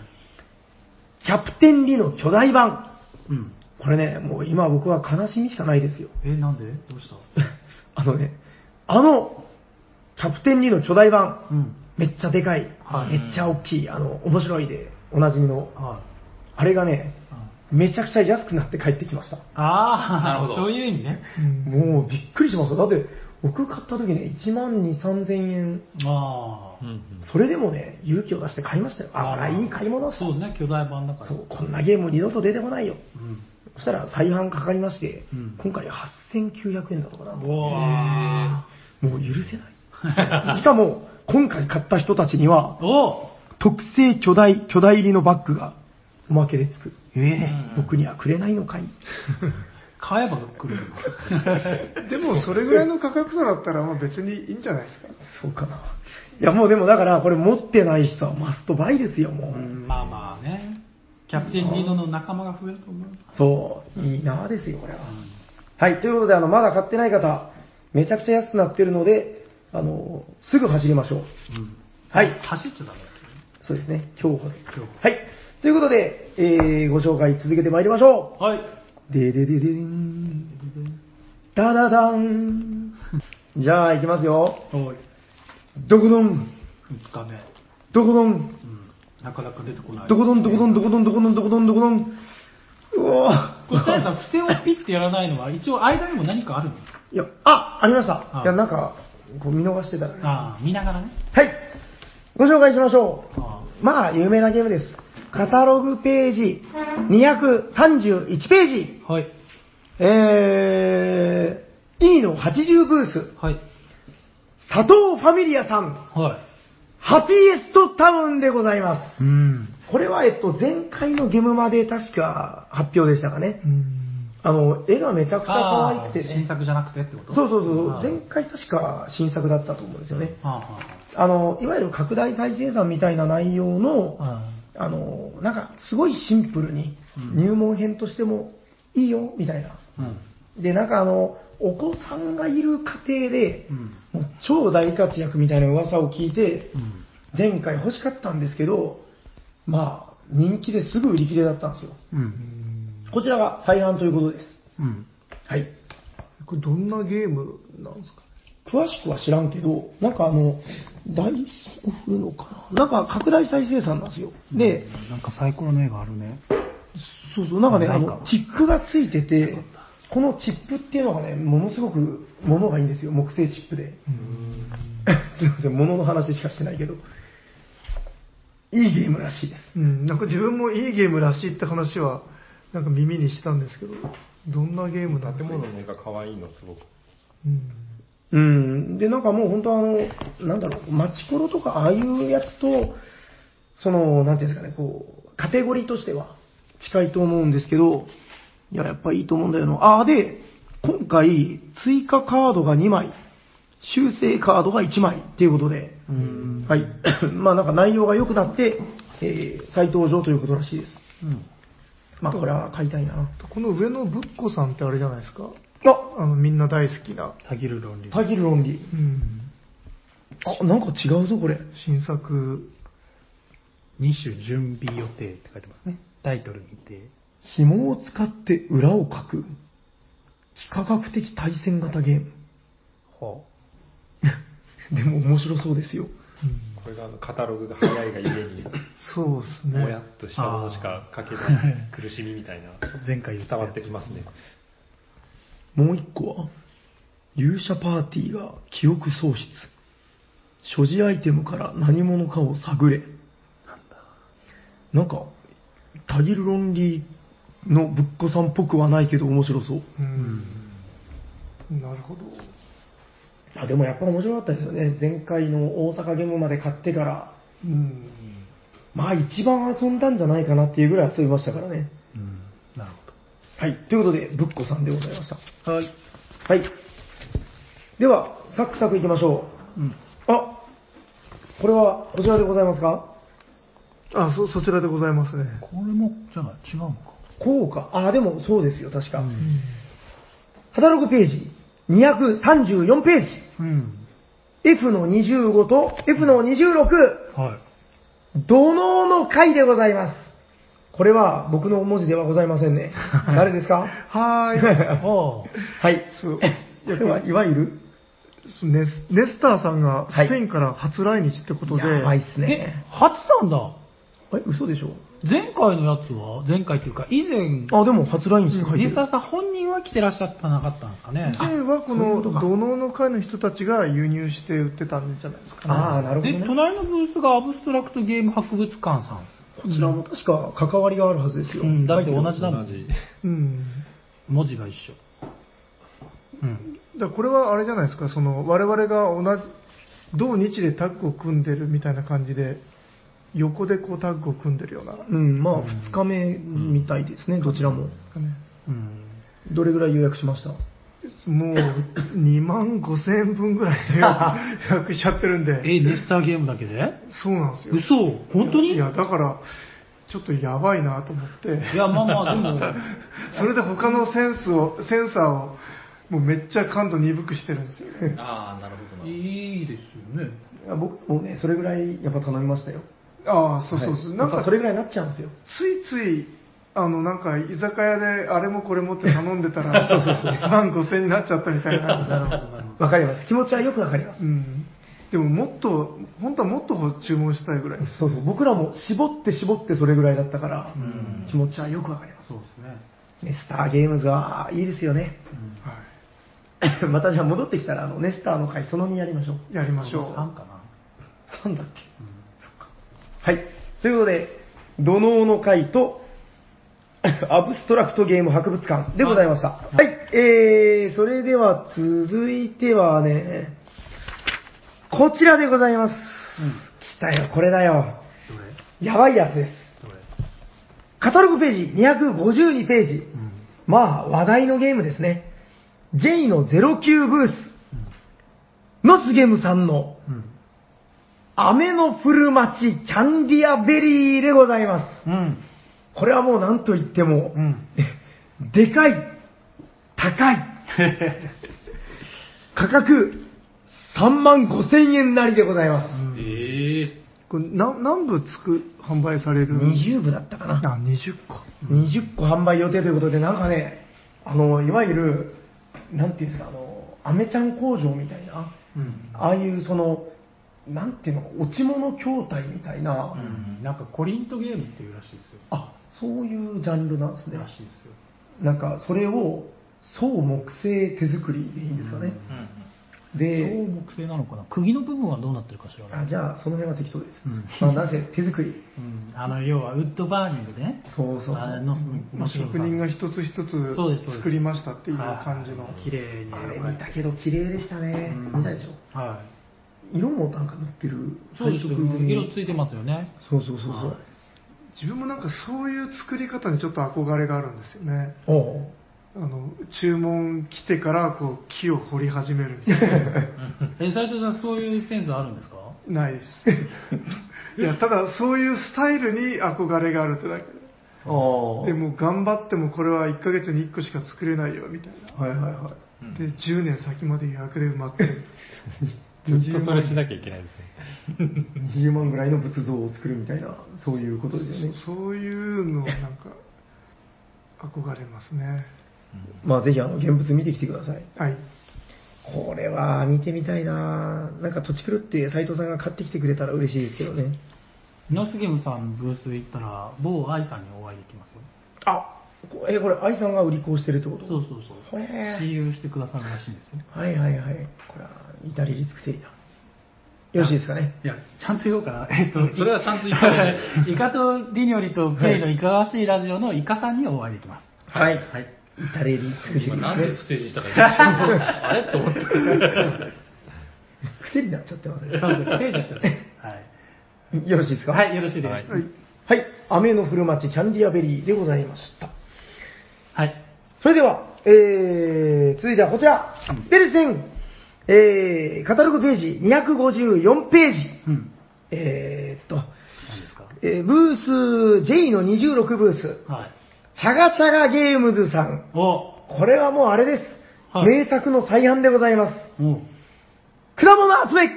B: キャプテンリの巨大版。
A: うん。
B: これね、もう今僕は悲しみしかないですよ。
A: え、なんでどうした
B: あのね、あの、キャプテンリの巨大版、
A: うん。
B: めっちゃでかい、
A: はい
B: めっちゃ大きい、あの、面白いで、おなじみの、
A: はい。
B: あれがね、
A: うん
B: めちゃくちゃ安くなって帰ってきました。
A: ああ、
I: なるほど
A: そういう意味ね。
B: もうびっくりしました。だって、僕買った時ね、1万2、3000円。
A: ああ。
B: それでもね、勇気を出して買いましたよ。あら、いい買い物をした
A: そうね、巨大版だから。
B: そう、こんなゲーム二度と出てこないよ。
A: うん。
B: そしたら再販かかりまして、
A: うん
B: 今回8900円だとかな。も
A: おー
B: う許せない。し かも、今回買った人たちには、
A: お
B: 特製巨大、巨大入りのバッグがおまけでつく。
A: ええ
B: 僕にはくれないのかい。
A: 買えば来るの
D: えでも、それぐらいの価格差だったら、まあ別にいいんじゃないですか。
B: そうかな。いや、もうでもだから、これ持ってない人はマストバイですよ、もう。
A: うん まあまあね。キャプテンリードの仲間が増えると思う。
B: そう、いいなぁですよ、これは。はい、ということで、あの、まだ買ってない方、めちゃくちゃ安くなってるので、あの、すぐ走りましょう。
A: うん。
B: はい、
A: 走っちゃダメだ
B: そうですね、競歩で。
A: 競歩
B: はい、ということで、えー、ご紹介続けてまいりましょ
A: はい。
B: う。でででででん、ダダダン。じゃあ、いきますよ。
A: はい。
B: どこどん、
A: 5日目。
B: どこどん、
A: うん。なかなか出てこない。
B: どこどん、どこどん、どこどん、どこどん、どこどん、どこどん。うわ
A: これ、タイ さん、付箋をピッてやらないのは、一応間にも何かあるんですか
B: いや、あ、ありました。
A: あ
B: いや、なんか、こう見逃してたら。
A: ああ、見ながらね。
B: はい。ご紹介しましょう。
A: あ
B: まあ、有名なゲームです。カタログページ231ページ、
A: あはい。
B: えー、E の80ブース、
A: はい。
B: 佐藤ファミリアさん、
A: はい。
B: ハピエストタウンでございます。
A: うん。
B: これは、えっと、前回のゲームまで確か発表でしたかね。あの、絵がめちゃくちゃ可愛くて、
A: 新作じゃなくてってこと
B: そうそうそう、
A: ああ
B: 前回確か新作だったと思うんですよね。
A: ああ
B: あの、いわゆる拡大再生産みたいな内容の、
A: ああ、あ
B: あの、なんかすごいシンプルに、入門編としてもいいよ、みたいな。
A: あうん。
B: で、なんかあの、お子さんがいる家庭で、
A: うん。
B: もう超大活躍みたいな噂を聞いて、
A: うん。
B: 前回欲しかったんですけど、まあ、人気ですぐ売り切れだったんですよ。
A: うん。
B: こちらが再販ということです。
A: うん。
B: はい。
D: これどんなゲームなんですか
B: 詳しくは知らんけど、なんかあの、ダイソー振るのかななんか拡大再生産なんですよ。で、
A: なんかサイコロの絵があるね。
B: そうそう、なんかね、
A: な
B: あ
A: いか
B: の、チップがついてて、このチップっていうのがね、ものすごく物がいいんですよ、木製チップで。 すいません、物の話しかしてないけど。いいゲームらしいです。
D: うん、なんか自分もいいゲームらしいって話は、なんか耳にしたんですけど、どんなゲームなんで
E: 建
D: すか
E: 物の絵が可愛いの、すごく。
D: うん。
B: うん。で、なんかもう本当あの、なんだろう、街コロとかああいうやつと、その、なんていうんですかね、こう、カテゴリーとしては近いと思うんですけど、いや、やっぱいいと思うんだよな。ああ、で、今回、追加カードが2枚、修正カードが1枚っていうことで、はい。 まあなんか内容が良くなって、えー再登場ということらしいです。
A: うん。
B: まあこれは買いたいな。
D: この上のぶっこさんってあれじゃないですか
B: あ
D: あの、みんな大好きな。
A: たぎる論理。
B: タギル論理。
D: うん。
B: あ、なんか違うぞ、これ。
D: 新作。
A: 2種準備予定って書いてますね。タイトル未定。
B: 紐を使って裏を書く。非科学的対戦型ゲーム。
A: ほ
B: でも面白そうですよ。
D: うん
E: これがあのカタログが早いがゆえに、
D: そうですね。
E: もやっとしたものしか書けない苦しみみたいな、
A: う。前回言った
E: 伝
A: や
E: わ
A: つ
E: ってきますね。
B: もう一個は、勇者パーティーが記憶喪失。所持アイテムから何者かを探れ。なんか、タギル論理のぶっこさんっぽくはないけど面白そう。
D: うん。なるほど。
B: あ、でもやっぱ面白かったですよね。前回の大阪ゲームまで買ってから、
D: うん。
B: まあ一番遊んだんじゃないかなっていうぐらい遊びましたからね。
A: うん。なるほ
B: はい。ということで、ぶっこさんでございました。
A: ど。はい。
B: はい。では、サクサクいきましょ
A: うん。
B: う。あこれはこちらでございますか
D: あ、そ、そちらでございますね。
A: これも、じゃない、違うのか。
B: こうか。あ、でもそうですよ、確か。カタログページ、234ページ、
A: うん。
B: F の25と F の26、
A: はい。
B: 土のうの回でございます。これは僕の文字ではございませんね。誰ですか
D: は ーい。
A: あ
B: はい。
D: そう。
B: これはいわゆる
D: そうネスネスターさんが
B: はい
D: スペインから初来日ってことで、
B: やばいっす
A: あ。え。、
B: ね
A: 初なんだ。
B: え、嘘でしょ
A: 前回のやつは、前回というか、以前、
B: あ、でも初来日って書いて
A: リ
B: る
A: スタ。ーさん本人は来てらっしゃったなかったんですかね。
D: ではこの土のうの会の人たちが輸入して売ってたんじゃないですかね。
B: ああ、なるほど、
A: で、
B: ね。
A: 隣のブースがアブストラクトゲーム博物館さん。
B: こちらも確か関わりがあるはずですよ。
A: うん、だって同じだも
E: 同
A: ん。
E: じ。
D: うん。
A: 文字が一緒。うん。
D: だからこれはあれじゃないですか、その我々が同じ、同日でタッグを組んでるみたいな感じで、横でこうタッグを組んでるような。
B: うん、まあ2日目みたいですね、どちらも。
A: うん。
B: どれぐらい予約しました
D: もう2万5千円分ぐらいで 予約しちゃってるんで、
A: え、ネスターゲームだけで
D: そうなんですよ。
A: 嘘本当に
D: い
A: い
D: や、
A: や、
D: だから、ちょっとやばいなと思って、
A: まあまあ、でも、
D: それで他のセンスを、センサーを、もうめっちゃ感度鈍くしてるんですよね。
I: ああ、なるほど な。
A: いいですよね。
B: 僕もね、それぐらいやっぱ頼みましたよ。
D: ああ、そうそうそう。
B: はい
D: な
B: や
D: ん
B: っ
D: か
B: ぱそれぐらいになっちゃうんですよ。
D: ついつい、あの、なんか、居酒屋で、あれもこれもって頼んで たら、万5000になっちゃったみたいな。
B: わかります。気持ちはよくわかります
D: う。ん。でも、もっと、本当はもっと注文したいぐらいです。
B: そうそう、僕らも絞って絞ってそれぐらいだったから、気持ちはよくわかります。
A: そうですね。
B: ネスターゲームズはいいですよね。 またじゃあ戻ってきたら、あの、ネスターの回その2やりましょう。
D: やりましょう。
A: 3かな。
B: 3だっけ、はい。ということで、土能の会と、 アブストラクトゲーム博物館でございました。はい。えー、それでは続いてはね、こちらでございます。来たよ、これだよ。やばいやつです。カタログページ252ページ。まあ、話題のゲームですね。J の09ブース。ノスゲムさんの、雨の降る街キャンディアベリーでございます。
A: うん。
B: これはもう何と言っても、でかい、高 い、価格3万5千円なりでございます。
J: ええ
D: これな何部つく販売される
B: 20部だったかな。
D: あ、20個。
B: 20個販売予定ということで、なんかね、あの、いわゆる、なんていうんですか、あの、アメちゃん工場みたいな、ああいうその、なんていうの、落ち物筐体みたいな、
K: なんかコリントゲームっていうらしいですよ。
B: あ、そういうジャンルなんですね。
K: らしいですよ。
B: なんか、それを、層木製手作りでいいんですかね。
J: うんうん
B: で、
A: そう木製なのかな。釘の部分はどうなってるか知らな
B: あ
A: い。
B: じゃあ、その辺は適当です。
A: うん
B: まあ、なぜ手作り。
A: うん。あの、要はウッドバーニングでね。
B: そうそうそう。
A: あの、もちろん
D: 職人が一つ一つ
A: そうですそうです
D: 作りましたっていう感じの。
A: 綺麗に。
B: あれ見たけど、綺麗でしたね。
A: うん
B: 見たでしょ。
A: はい。
B: 色もなんか塗ってる。
A: そうですよ
B: 配色。に
A: 色ついてますよ ね。
B: そうそうそうそう。
D: 自分もなんかそういう作り方にちょっと憧れがあるんですよね。
B: おう
D: あの、注文来てからこう木を掘り始める みたいな。
A: え、斉藤さん、そういうセンスあるんですか
D: ないです。いや、ただそういうスタイルに憧れがあるってだけ
B: あ
D: でもう頑張ってもこれは1ヶ月に1個しか作れないよみたいな。
B: あ。はいはいは
D: で、10年先まで予約で埋まってる。
G: ずっとそれしなきゃいけないですね。
B: い。20万ぐらいの仏像を作るみたいな、そういうことですよね。
D: そういうのなんか憧れますね。
B: まあぜひあの、現物見てきてください。
D: はい。
B: これは見てみたいななんか土地狂って斎藤さんが買ってきてくれたら嬉しいですけどね。
A: ノスゲムさんブース行ったら、某愛さんにお会いできますよ。
B: あこえ、これ、愛さんが売り子をしてるってこと
A: そうそうそう。
B: へー
A: 親友してくださるらしいんですよ。
B: はいはいはい。これは、至れり尽くせりだ。よろしいですかね。
A: いや、ちゃんと言おうかな。えっ と、
J: それはちゃんと言った方がいい
A: イ カとリニョリとペイのいかがわしいラジオのイカさんにお会いできます。
B: はい。
A: はい。
B: 至れり尽くせり
J: 今
B: で
J: なん
B: す
J: で
B: ね
J: 不。正字したかあれと思って。
B: 癖になっちゃってますね。
A: そうですね。ペイになっちゃうね。はい。
B: よろしいですか
A: はい、よろしいです。はい。
B: はい。雨の降る街、キャンディアベリーでございました。
A: はい。
B: それでは、えー、続いてはこちら。でですね、えー、カタログページ254ページ。
A: うん。
B: えーっと、
A: 何ですか
B: えーブース J の26ブース、
A: はい。
B: チャガチャガゲームズさん。
A: お
B: これはもうあれです。
A: はい
B: 名作の再販でございます。
A: お
B: 果物集め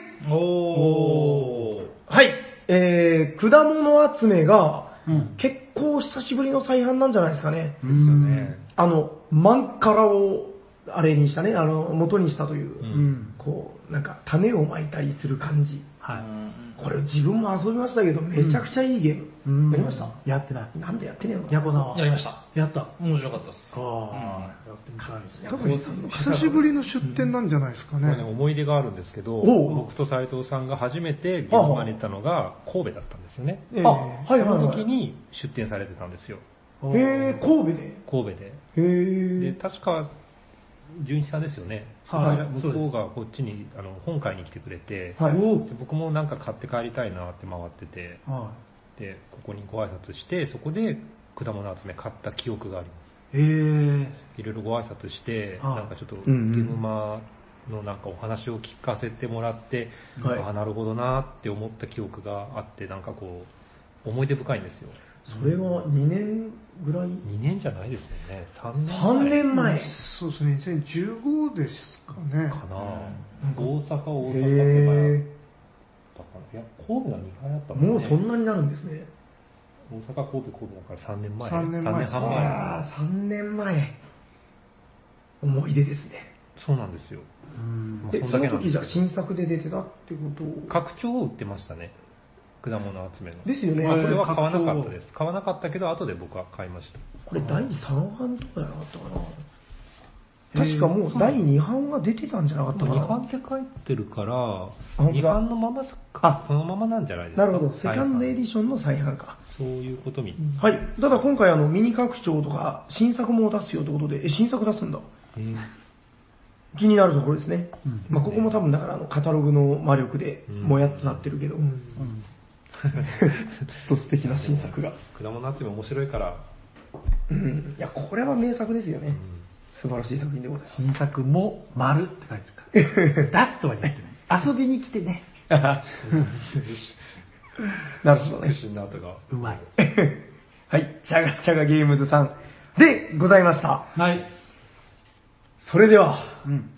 J: おー。
B: はい。えー、果物集めが、
A: うん。
B: 結構久しぶりの再販なんじゃないですかね。
A: ですよね。
B: あの、マンカラを、あれにしたね、あの、元にしたという、
A: うん。
B: こう、なんか、種をまいたりする感じ。
A: は
B: これ、自分も遊びましたけど、めちゃくちゃいいゲー
A: い。
B: ム。
A: うん
B: やりました
A: やってない。
B: なんでやってねえの
A: ヤコさんは
J: やりました。
A: やった。
J: 面白かったっす。
A: ああ、やってみたいですね。
B: ヤ
D: 多
B: コ
D: 分
B: ウさんの
D: 久しぶりの出店なんじゃないですか
G: これね、
D: ね。
G: 思い出があるんですけど、
B: おう
G: 僕と斉藤さんが初めて現場に行ったのが神戸だったんですよね。
D: ええ
B: あ、はいはい
G: その
B: はい
G: 時。に出店されてたんですよ、
B: へえ、神戸で。
G: 神戸
B: へ
G: で。で、
B: え。
G: 確か、純一さんですよね。
A: はい
G: 向こうがこっちに、あの、本会に来てくれて、
B: はい。
G: で僕もなんか買って帰りたいなって回ってて、
A: は
G: で、ここにご挨拶して、そこで果物集め買った記憶がありま
A: い。へえ。
G: す。いろいろご挨拶して、
A: はい
G: なんかちょっと、ゲ
B: うんうん
G: ームマのなんかお話を聞かせてもらって、
B: はい
G: ああ、なるほどなって思った記憶があって、なんかこう、思い出深いんですよ。
B: それが2年ぐらい
G: 2年じゃないですよね。3年前。
B: ?3 年前。
D: そうですね、2015ですかね。
G: かな、
B: なんか
G: 大阪、大阪って前だっ
B: へ
G: たかな。いや、神戸が2回あった
B: え。
G: もんね。
B: もうそんなになるんですね。
G: 大阪、神戸、神戸だから3年前。
D: 三年前
G: 三半
B: あ
G: 前。
B: あ、3年前。思い出ですね。
G: そうなんですよ。
A: うん。
G: まあ
B: え、そ
G: んだけ
B: の
G: なんで
B: 時じ
G: すけ
B: ゃあ
G: ど
B: 新作で出てたってこと
G: 拡張を売ってましたね。果物集めの。
B: ですよね
G: まあこれは買わなかったです。買わなかったけど、後で僕は買いました。
B: これ第3版とかじゃなかったかな。確かもう第2版が出てたんじゃなかったか
G: 2版っ
B: な。
G: て書いてるから、
B: 当だ
G: 2版のま
B: あ
G: まか、そのままなんじゃないです
B: な
G: か。
B: るほど、セカンドエディ
G: シ
B: ションの再販か。
G: ョン。そういうことみ。
B: はい。ただ今回あの、ミニ拡張とか、新作も出すよってことで、え、新作出すんだ。
G: うん
B: 気になるところですね。まあ、ここも多分だからあの、カタログの魔力で、もやっとなってるけど、 きっと素敵な新作が。
G: 果物集め面白いから、
B: うん。いや、これは名作ですよね。素晴らしい作品でござい ます。
A: 新作も丸って書いてる から。出すとは言ってない。遊びに来てね。
B: なるほどね。
G: 死んだ後が。
A: うまい。
B: はい、チャガチャガゲームズさんでございました。
A: はい。
B: それでは、
A: うん。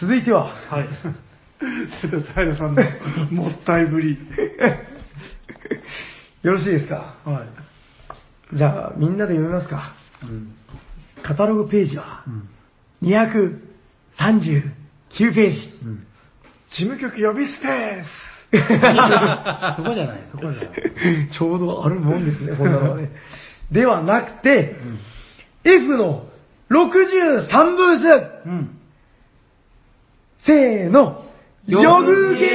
B: 続いては、
A: はい。
D: それでは、平さんのもったいぶり。
B: よろしいですか
A: はい。
B: じゃあ、みんなで読みますか。
A: うん。
B: カタログページは
A: う、ん。
B: 239ページ。
A: うん。
D: 事務局予備スペース
A: そこじゃない、そこじゃない。
B: ちょうどあるもんですね、こんなのはね。ではなくて、F の63ブース
A: うん。
B: せーの、
A: ヨ
B: ヨ
A: グ
B: グ
A: ゲ
B: ゲ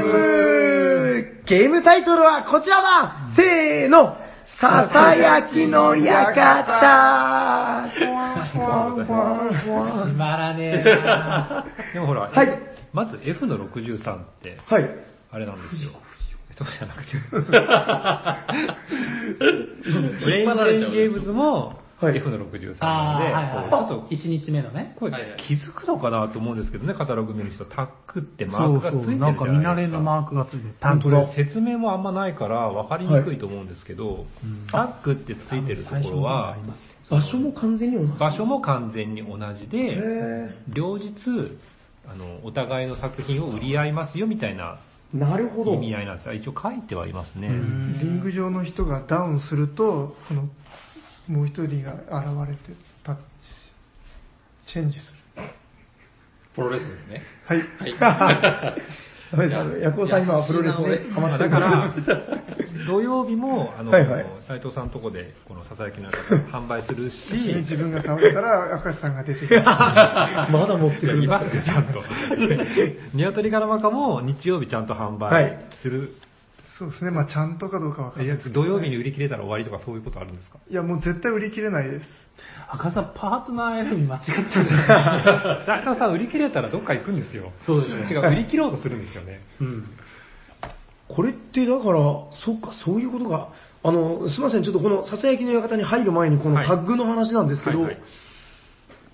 A: ー
B: ームゲームタイトルはこちらだせーの、ささやきの館
A: 決まらねえ な
G: でもほら、
B: はい
G: F まず F の63って、
B: はい。
G: あれなんですよ。そうじゃなくて。ブレインブレインゲームズも
B: はい
G: F の63な
A: あ
G: の
A: あ、
G: で、
A: はい
G: こうちょ
A: は
G: っと
A: い。1日目のね。
G: これ
L: はいはい
G: 気づくのかなと思うんですけどね、カタログ見る人、タックって
A: そ
G: マー
A: う
G: クがつい
A: そ
G: てるじ
A: う。
G: ゃ
A: な
G: ない
A: ん
G: です
A: か
G: か。
A: 見慣れのマークがついてる。
G: タ
A: タ
G: ン
A: ン
G: ト
A: ト
G: ル
A: ル。
G: 説明もあんまないから分かりにくいと思うんですけど、タックってついてるとこ
A: 最初の方
G: ろは
A: にありますね
B: 場所も完全に同じ。
G: 場所も完全に同じ
B: へ
G: で、
B: ー
G: 両日あのお互いの作品を売り合いますよみたいな
B: なるほ
G: 意
B: ど。
G: 味合いなんですが一応書いてはいますね、
D: リング上の人がダウンすると、この、もう一人が現れて、タッチ、チェンジする。
L: プロレスですね。
D: はい。
B: ダメだ、ヤコウさん今はプロレスでハマって
G: だ
B: る
G: から、土曜日も、あの、
B: はいはい
G: 斉藤さんのとこで、このささやきの 販売するし、
D: 自分が倒れたら赤石さんが出てくる。
B: まだ持ってくる
G: い
B: んだ
G: ますよ、ちゃんと。 ニワトリガラマカも日曜日ちゃんと販
B: は
G: 売
B: い
G: する。
D: そうですね、まあちゃんとかどうかわかん
G: い
D: な
G: や
D: いですけど
G: 土曜日に売り切れたら終わりとかそういうことあるんですか
D: いや、もう絶対売り切れないです。
A: 赤さん、パートナー選び間違ってるじゃない
G: 斉藤さん、売り切れたらどっか行くんですよ。
A: そうですね
G: 違う、売り切ろうとするんですよね。
A: うん。
B: これってだから、そっか、そういうことが、あの、すみません、ちょっとこのささやきの館に入る前に、こ
G: は
B: の
G: い
B: タッグの話なんですけど、
G: はいはい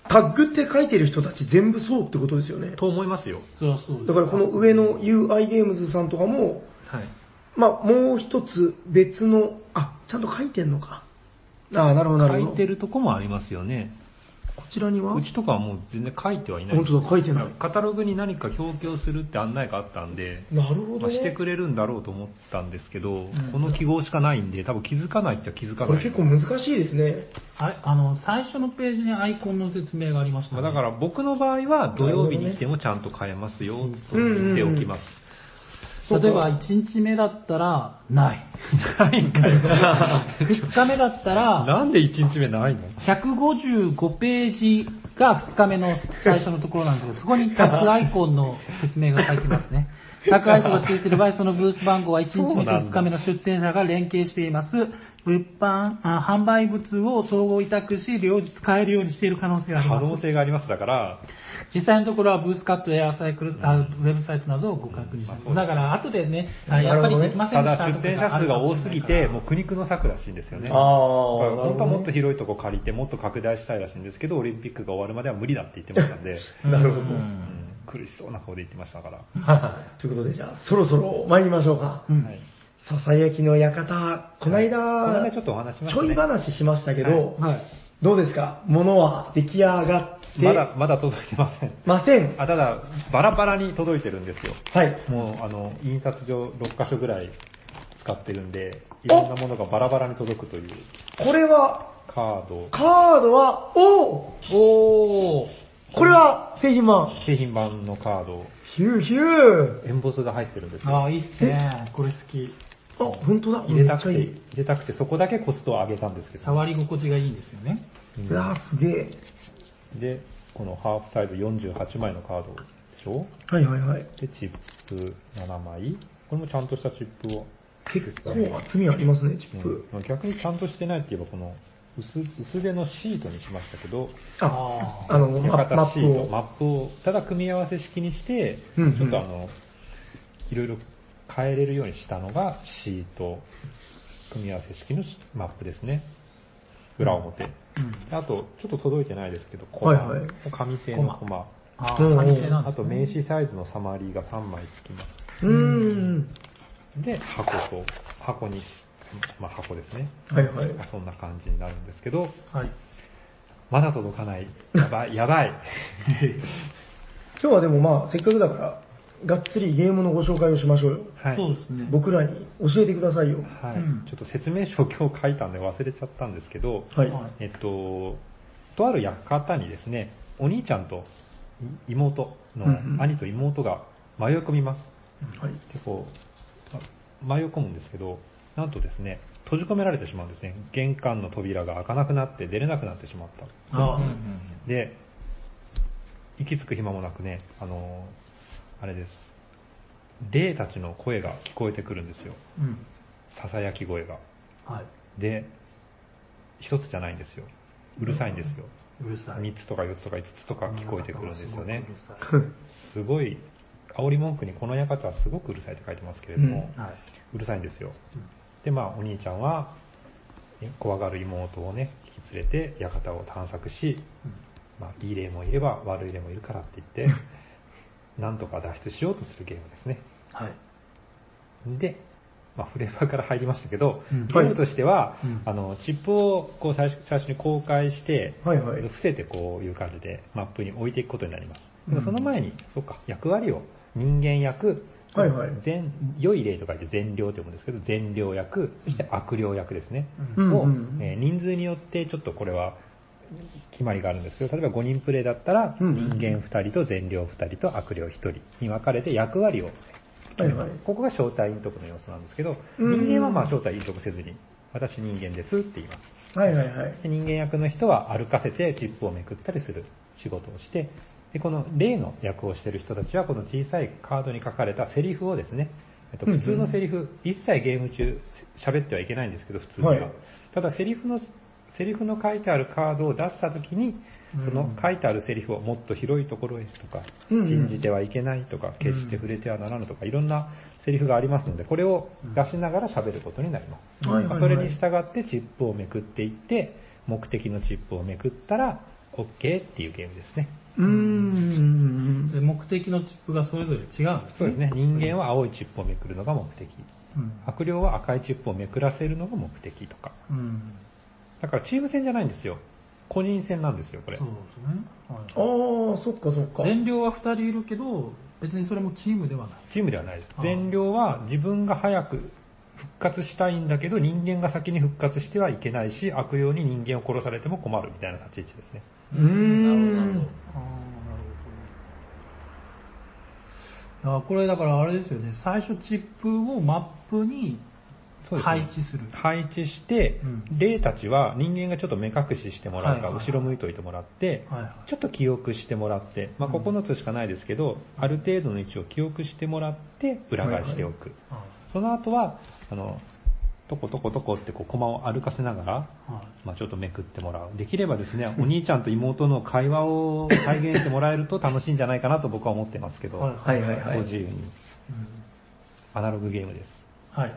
B: タッグって書いてる人たち全部そうってことですよね。
G: と思いますよ。
A: それはそうです
B: だからこの上の UI ゲームズさんとかも、
G: はい。
B: まあ、もう一つ別の、あ、ちゃんと書いてんのか。ああ、なるほど、なるほど。
G: 書いてるとこもありますよね。
B: こちらには
G: うちとかはもう全然書いてはいない。
B: 本当だ、書いてない。
G: カタログに何か表記をするって案内があったんで、
B: なるほ
G: ま
B: ど、
G: あ、し
B: ね。
G: てくれるんだろうと思ったんですけど、この記号しかないんで、多分気づかないって気づか
B: こ
G: な
B: れ
G: い。
B: 結構難しいですね。
A: あれあの、最初のページにアイコンの説明がありました
G: ま
A: ね
G: あ、だから僕の場合は土曜日に来てもちゃんと買えますよと
B: うんうん
G: 言っておきます。
B: そうか
A: 例えば1日目だったら、ない。
G: ないん かよ。
A: 2日目だったら、
G: なんで1日目ないの
A: 155ページが2日目の最初のところなんですけど、そこにタクアイコンの説明が書いてます ね。タクアイコンがついている場合、そのブース番号は1日目と2日目の出店者が連携しています。物販、あ販売物を総合委託し、両日買えるようにしている可能性があり
G: 可
A: ます
G: 能。性があります。だから、
A: 実際のところはブースカットやサイクル、あウェブサイトなどをご確認します。だから、後でね、あやっぱりできませ
G: た
A: んでした
G: だ出店者数が多すぎて、もう苦肉の策らしいんですよね。だから本当はもっと広いとこ借りて、もっと拡大したいらしいんですけど、オリンピックが終わるまでは無理だって言ってましたんで、
B: なるほど。
G: うん苦しそうな顔で言ってましたから。
B: ということで、じゃあ、そろそろ参りましょうか。
G: はい
B: ささやきの館、こないだ、
G: この間ちょっとお話しまし
B: ち
G: た
B: ょ
G: ね
B: い話しましたけど、
A: はい。
B: どうですか物は出来上がって
G: まだ、まだ届いてません。
B: ません。
G: あただ、バラバラに届いてるんですよ。
B: はい。
G: もう、あの、印刷所6カ所ぐらい使ってるんで、いろんなものがバラバラに届くという
B: これは、
G: カード。
B: カードは、おお
A: おー。
B: これは製品版。
G: 製品版のカード、
B: ヒューヒュー。
G: エンボスが入ってるんですよ。
A: ああ、いいっすね。これ好き。
B: あ、本当だ。
G: 入れたくて、
B: めっちゃいい
G: 入れたくて、そこだけコストを上げたんですけど。
A: 触り心地がいいんですよね。
G: うん
B: うわーすげえ。
G: で、このハーフサイズ48枚のカードでしょ
B: はいはいはい。
G: で、チップ7枚。これもちゃんとしたチップを。
B: 結構厚みありますね、チップ。
G: うん、逆にちゃんとしてないって言えば、この薄薄手のシートにしましたけど、
B: あ、あの、マ
G: 館
B: マッ
G: シ
B: プ
G: ート、
B: を。
G: マップを、ただ組み合わせ式にして、
B: うんうん
G: ちょっとあの、いろいろ変えれるようにしたのがシート、組み合わせ式のシマップですね。裏表。あと、ちょっと届いてないですけど、コマ、
B: はいはい
G: 紙製のコマ。
A: ああ、
B: うん
A: 紙製なん
G: あ
A: です
G: と名刺サイズのサマリーが3枚付きま
B: うーん。
G: す。で、箱と、箱に、まあ箱ですね。
B: はいはい。
G: そんな感じになるんですけど、
A: はい。
G: まだ届かない。やばい、やばい。
B: 今日はでもまあ、せっかくだから、がっつりゲームのご紹介をしましょうよ。
G: はい。
A: そうですね。
B: 僕らに教えてくださいよ。
G: はい、
A: うん
G: ちょっと説明書を今日書いたんで忘れちゃったんですけど、
B: はい。
A: はい
G: えっと、とある館にですね、お兄ちゃんとい妹の、
B: うんうん
G: 兄と妹が迷い込みます。
B: はい。
G: 結構、あ迷い込むんですけど、なんとですね、閉じ込められてしまうんですね。玄関の扉が開かなくなって出れなくなってしまった。
B: あ
M: うんう
B: あ、
M: ん
G: で、行き着く暇もなくね、あのーあれです。霊たちの声が聞こえてくるんですよ。
A: うん。
G: ささやき声が。
A: はい。
G: で、一つじゃないんですよ。うるさいんですよ。
A: うるさい。
G: 三つとか四つとか五つとか聞こえてくるんですよね
A: う。るさい
G: すごい、煽り文句にこの館はすごくうるさいって書いてますけれども、
A: はいう
G: るさいんですよ。で、まあ、お兄ちゃんは、ね怖がる妹をね、引き連れて館を探索し、まあ、いい例もいれば悪い例もいるからって 言って、なんとか脱出しようとするゲームですね。
A: はい。
G: で、まあ、フレーバーから入りましたけど、
A: うん
G: ゲームとしては、
A: うん
G: あのチップをこう最初最初に公開して、
B: はいはい
G: 伏せてこういう感じでマップに置いていくことになります。でもその前に、そうか、役割を人間役、
B: はいはい
G: 善良い例と書いて善良と読むんですけど、善良役、そして悪霊役ですね。
B: うん
G: を、
B: うん
G: えー人数によってちょっとこれは決まりがあるんですけど、例えば5人プレイだったら、
B: うん
G: 人間2人と善良2人と悪霊1人に分かれて役割を
B: はいはい。
G: ここが正体隠匿の要素なんですけど、
B: うん
G: 人間はまあ正体隠匿せずに、私人間ですって言います。
B: はいはいはい。
G: で人間役の人は歩かせてチップをめくったりする仕事をして、でこの例の役をしている人たちは、この小さいカードに書かれたセリフをですね、えっと、
B: うんうん
G: 普通のセリフ、一切ゲーム中喋ってはいけないんですけど、普通には。
B: はい
G: ただセリフの、セリフの書いてあるカードを出したときに、その書いてあるセリフをもっと広いところへとか、
B: うんうん
G: 信じてはいけないとか、決して触れてはならぬとか、いろんなセリフがありますので、これを出しながら喋ることになります。
B: はいはいはい
G: それに従ってチップをめくっていって、目的のチップをめくったら、OK っていうゲームですね。
B: うーん。
A: で目的のチップがそれぞれ違うんですね。
G: そうですね。人間は青いチップをめくるのが目的。
A: うん。
G: 悪霊は赤いチップをめくらせるのが目的とか。
A: うん。
G: だからチーム戦じゃないんですよ。個人戦なんですよ、これ。
A: そうですね。はい
B: ああ、そっかそっか。
A: 善良は2人いるけど、別にそれもチームではない。
G: チームではないです
A: あ。ー
G: 善良は自分が早く復活したいんだけど、人間が先に復活してはいけないし、悪霊に人間を殺されても困るみたいな立ち位置ですね。
B: うーん。
M: なるほどなるほど
A: ああ、なるほど。あこれだからあれですよね、最初チップをマップに
G: そうですね
A: 配置する。
G: 配置して、
A: うん
G: 霊たちは人間がちょっと目隠ししてもらうか、
A: はいはいはい
G: 後ろ向いといてもらって、
A: はいはい
G: ちょっと記憶してもらって、まあ、
A: うん
G: 9つしかないですけど、ある程度の位置を記憶してもらって、裏返しておく。
A: は
G: その後は、あの、トコトコトコってこう、駒を歩かせながら、
A: いはい
G: まあ、ちょっとめくってもらう。できれ ばですね、お兄ちゃんと妹の会話を再現してもらえると楽しいんじゃないかなと僕は思ってますけど、
B: はいはいは
G: ご
B: い。
G: 自由に。
A: うん
G: アナログゲームです。
A: はい。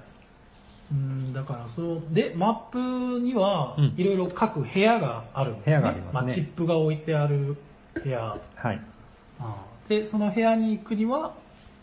A: うん、だからそう、で、マップには
G: うん、
A: いろいろ各部屋があるんですね。
G: 部屋がありますね
A: あチップが置いてある部屋。
G: はい。
A: あーで、その部屋に行くには、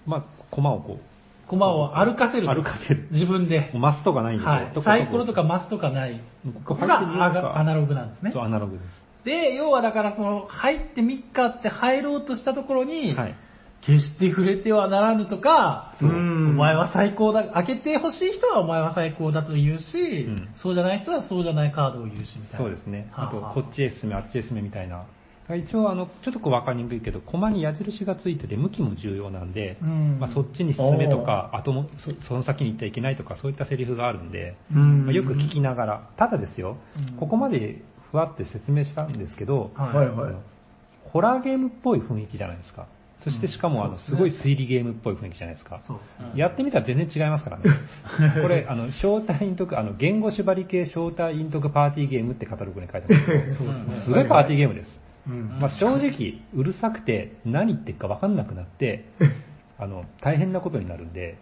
G: まあ、駒をこ
A: 駒を歩かせる。
G: 歩かせる
A: 自分で
G: う、。マスとかないんですよ。
A: はい
G: トコト。コ
A: サイコロとかマスとかない。ここがアナアナログなんですね
G: そう、。アナログです。
A: で、要はだからその、入ってみっかって入ろうとしたところに、
G: はい
A: 決して触れてはならぬとか、
B: そう
A: お前は最高だ、開けてほしい人はお前は最高だと言うし、
G: ん
A: そうじゃない人はそうじゃないカードを言うしみたいな。
G: そうですね。
A: はあ
G: あと
A: はあ、
G: こっちへ進め、あっちへ進めみたいな。から一応あの、ちょっとこう分かりにくいけど、駒に矢印がついてて、向きも重要なんで、
A: うん
G: まあ、そっちに進めとか、あともそその先に行っちゃいけないとか、そういったセリフがあるんで、
A: うん
G: まあ、よく聞きながら、ただですよ、
A: うん
G: ここまでふわって説明したんですけど、
A: はい
B: はいはい。
G: ホラーゲームっぽい雰囲気じゃないですか。そしてしかも、あの、すごい推理ゲームっぽい雰囲気じゃないですか。
A: そうですね。
G: やってみたら全然違いますからね。これ、あの、招待員徳、あの、言語縛り系招待員徳パーティーゲームってカタログに書いてあるんですけどすごいパーティーゲームです。
A: うん
G: まあ、正直、うるさくて何言ってるか分かんなくなって、あの、大変なことになるんで、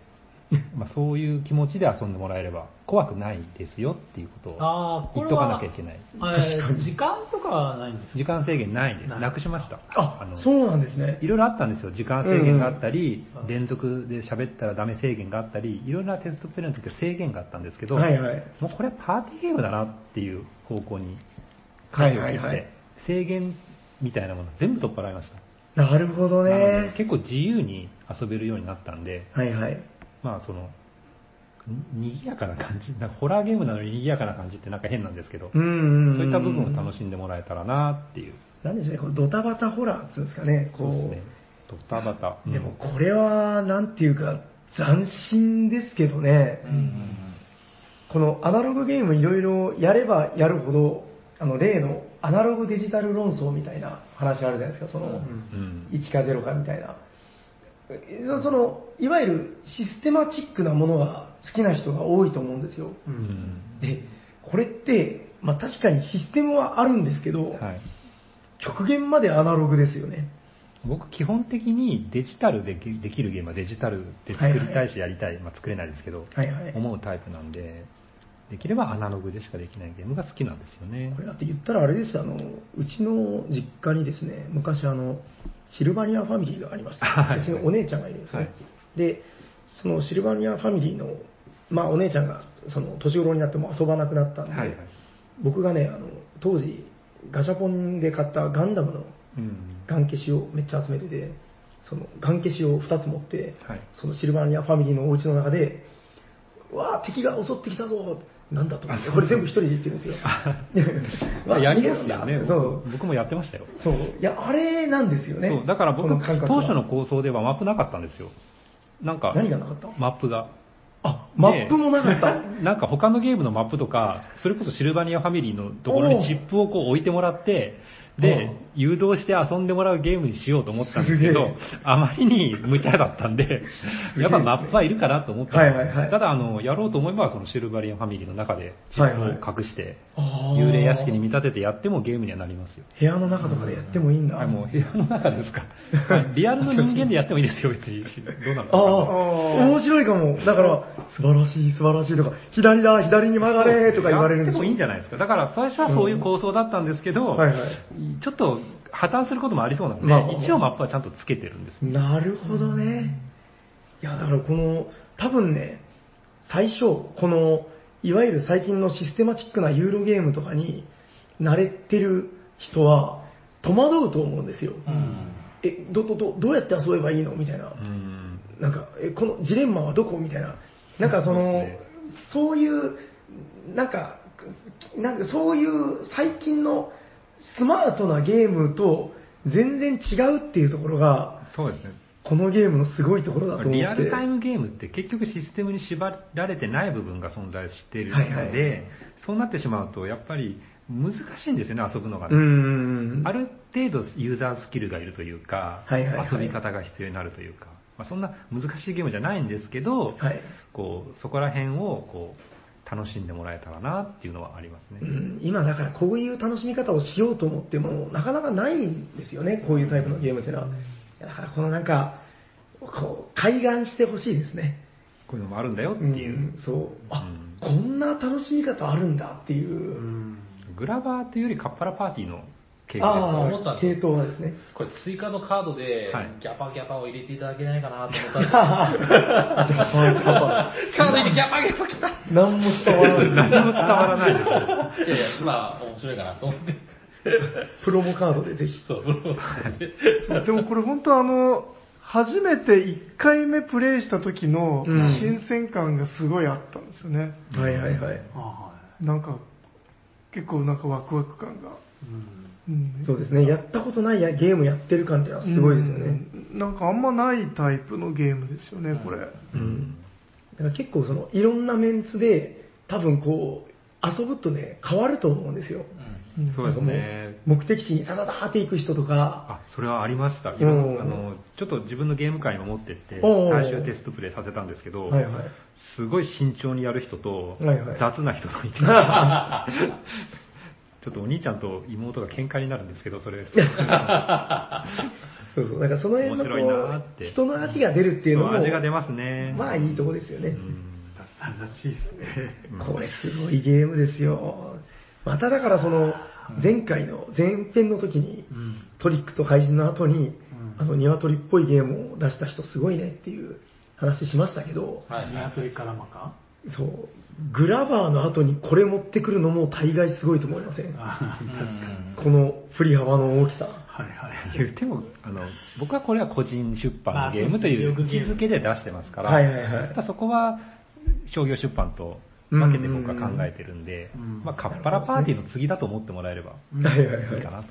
G: まあ、そういう気持ちで遊んでもらえれば怖くないですよっていうこと
N: あ
G: を
N: ーこ
G: 言っ
N: れ
G: とか
N: は
G: なきゃいけない。
N: えー時間とかはないんですか
G: 時間制限ないです。
N: ない
G: なくしました。
B: あ
G: の
B: そうなんですね。
G: いろいろあったんですよ。時間制限があったり、
N: うんうん
G: 連続で喋ったらダメ制限があったり、いろんなテストプレイの時は制限があったんですけど、
B: はいはい。
G: もうこれはパーティーゲームだなっていう方向に舵を切って、
B: はいはいはい
G: 制限みたいなもの全部取っ払いました。
B: なるほど
G: なの
B: ね
G: で。結構自由に遊べるようになったんで、
B: はいはい。
G: まあその、に賑やかな感じ、なんかホラーゲームなのに賑やかな感じってなんか変なんですけど、
B: うんうんうん。
G: そういった部分を楽しんでもらえたらなっていう。
B: なんでしょうね、このドタバタホラーっていうんですかね。こ
G: そう
B: う
G: ですね。ドタバタ。うん
B: でもこれは、なんていうか、斬新ですけどね。このアナログゲームいろいろやればやるほど、あの例のアナログデジタル論争みたいな話あるじゃないですか、その、
G: うん
B: 1か0かみたいな。えその、いわゆるシステマチックなものが好きな人が多いと思うんですよ。
G: うん
B: で、これって、まあ確かにシステムはあるんですけど、
G: はい、
B: 極限までアナログですよね。
G: 僕、基本的にデジタルでできるゲームはデジタルで作りたいし、やりたい、まあ、作れないですけど、
B: はいはい。
G: 思うタイプなんで、できればアナログでしかできないゲームが好きなんですよね
B: こ。れだって言ったらあれですよあのうちの実家にですね昔あのシルバニアファミリーがありました、
G: はいう
B: ちのお姉ちゃんがいるんですね、
G: はい
B: でそのシルバニアファミリーの、まあ、お姉ちゃんがその年頃になっても遊ばなくなったんで、
G: はいはい
B: 僕がねあの当時ガシャポンで買ったガンダムの
G: うん
B: ガン消しをめっちゃ集めててそのガン消しを2つ持って、
G: はい
B: そのシルバニアファミリーのお家の中でわあ敵が襲ってきたぞなんだと思ってこれ全部一人で言ってるんですよ
G: まあ、やりま
B: 逃
G: す
B: げた
G: よ
B: んだ
G: ね、
B: そう
G: 僕僕もやってましたよ。
B: そういやあれなんですよね
G: そうだから僕
B: この感覚は
G: 当初の構想ではマップなかったんですよ。なんか、
B: 何がなかった
G: マップが。
B: あマップもなかった
G: なんか他のゲームのマップとか、それこそシルバニアファミリーのところにチップをこう置いてもらって、で、誘導して遊んでもらうゲームにしようと思ったんですけど、あまりに無茶だったんで、やっぱマップはいるかなと思ったんです
B: はいはいはい
G: ただ、あの、やろうと思えば、そのシルバニアファミリーの中でチップを隠して、
B: あー
G: 幽霊屋敷に見立ててやってもゲームにはなりますよ。
B: 部屋の中とかでやってもいいんだ、
G: はい、もう部屋の中ですか。リアルの人間でやってもいいですよ、別に。どうなの
B: あ
G: か
B: あ
G: な、
B: 面白いかも。だから、素晴らしい、素晴らしいとか、左だ、左に曲がれとか言われるん
G: で
B: でし
G: も
B: ょ
G: いいんじゃないですか。だから最初はそういう構想だったんですけど、
B: はいはい
G: ちょっと破綻することもありそうなんで、
B: まあまあまあ
G: 一応マップはちゃんとつけてるんです。
B: なるほどね。いや、だからこの、多分ね、最初、この、いわゆる最近のシステマチックなユーロゲームとかに慣れてる人は、戸惑うと思うんですよ。え、ど、ど、ど、どうやって遊べばいいのみたいな。
G: うん。
B: なんか、え、このジレンマはどこみたいな。なんかその、
G: そうですね
B: そういう、なんか、なんかそういう最近のスマートなゲームと全然違うっていうところが、
G: そうですね。
B: このゲームのすごいところだと思って。
G: リアルタイムゲームって結局システムに縛られてない部分が存在しているので、
B: はいはい
G: そうなってしまうとやっぱり難しいんですよね、遊ぶのが
B: う
G: ね、
B: ーん。
G: ある程度ユーザースキルがいるというか、
B: はいはいはい
G: 遊び方が必要になるというか、まあ、そんな難しいゲームじゃないんですけど、
B: はい。
G: こうそこら辺をこう楽しんでもらえたらなっていうのはありますね。
B: うん今だからこういう楽しみ方をしようと思ってもなかなかないんですよね、こういうタイプのゲームっていうのは。だからこのなんか、こう、開眼してほしいですね。
G: こういうのもあるんだよって
B: うん
G: いう。
B: そう。あ、
G: うん
B: こんな楽しみ方あるんだっていう。
G: グラバーというよりカッパラパーティーの経
I: そう
B: あ
I: 思った
B: あ
I: ん、です
B: 系統はですね。
I: これ追加のカードで
G: はい、
I: ギャパギャパを入れていただけないかなと思ったん ですけどカード入れギャパギャパ来た
B: 何も伝わらない。
G: 何も伝わらないです。
I: いやいや、まあ面白いかなと思って。
B: プロモカードでぜひ。
I: そう、
D: でもこれ本当あの、初めて1回目プレイした時の
B: うん
D: 新鮮感がすごいあったんですよね。
B: はいはいはい。
N: あ
D: なんか、結構なんかワクワク感が。
N: ー
O: うん
B: そうですね。やったことないやゲームやってる感ってのはすごいですよね。
D: うんなんかあんまないタイプのゲームですよね、これ。
B: うん。だから結構その、いろんなメンツで、多分こう、遊ぶとね、変わると思うんですよ。
G: そうですね。
B: 目的地にダダダーって行く人とか、
G: あ、それはありました。
B: ん
G: 今あの、ちょっと自分のゲーム会も持ってって、
B: おうおう
G: 最終テストプレイさせたんですけど、
B: はいはい
G: すごい慎重にやる人と、
B: はいはい
G: 雑な 人がいて、ちょっとお兄ちゃんと妹が喧嘩になるんですけど、それ、すごく
B: そうそう、なんかその辺の
G: 面白いなーっ
B: こう
G: て
B: 人の味が出るっていうのも、
G: 味が出ますね。
B: まあいいとこですよね。
G: うん
B: これすごいゲームですよ。まただからその、前回の、前編の時に、トリックと怪人の後に、あの、鶏っぽいゲームを出した人すごいねっていう話しましたけど、
A: はいはい。
P: 鶏からまか
B: そう、グラバーの後にこれ持ってくるのも大概すごいと思いません
P: あー確かに。
B: この振り幅の大きさ。
P: はいはい。
G: 言ってもあの、僕はこれは個人出版のゲームとい
P: まあそううです
G: 位
P: ね
G: 置づけで出してますから、
B: はいはいはい
G: やっぱそこは商業出版と分けて僕は考えてるんで、まあ、カッパラパーティーの次だと思ってもらえれば
B: はいはい
G: いい
B: はい
G: か。なと。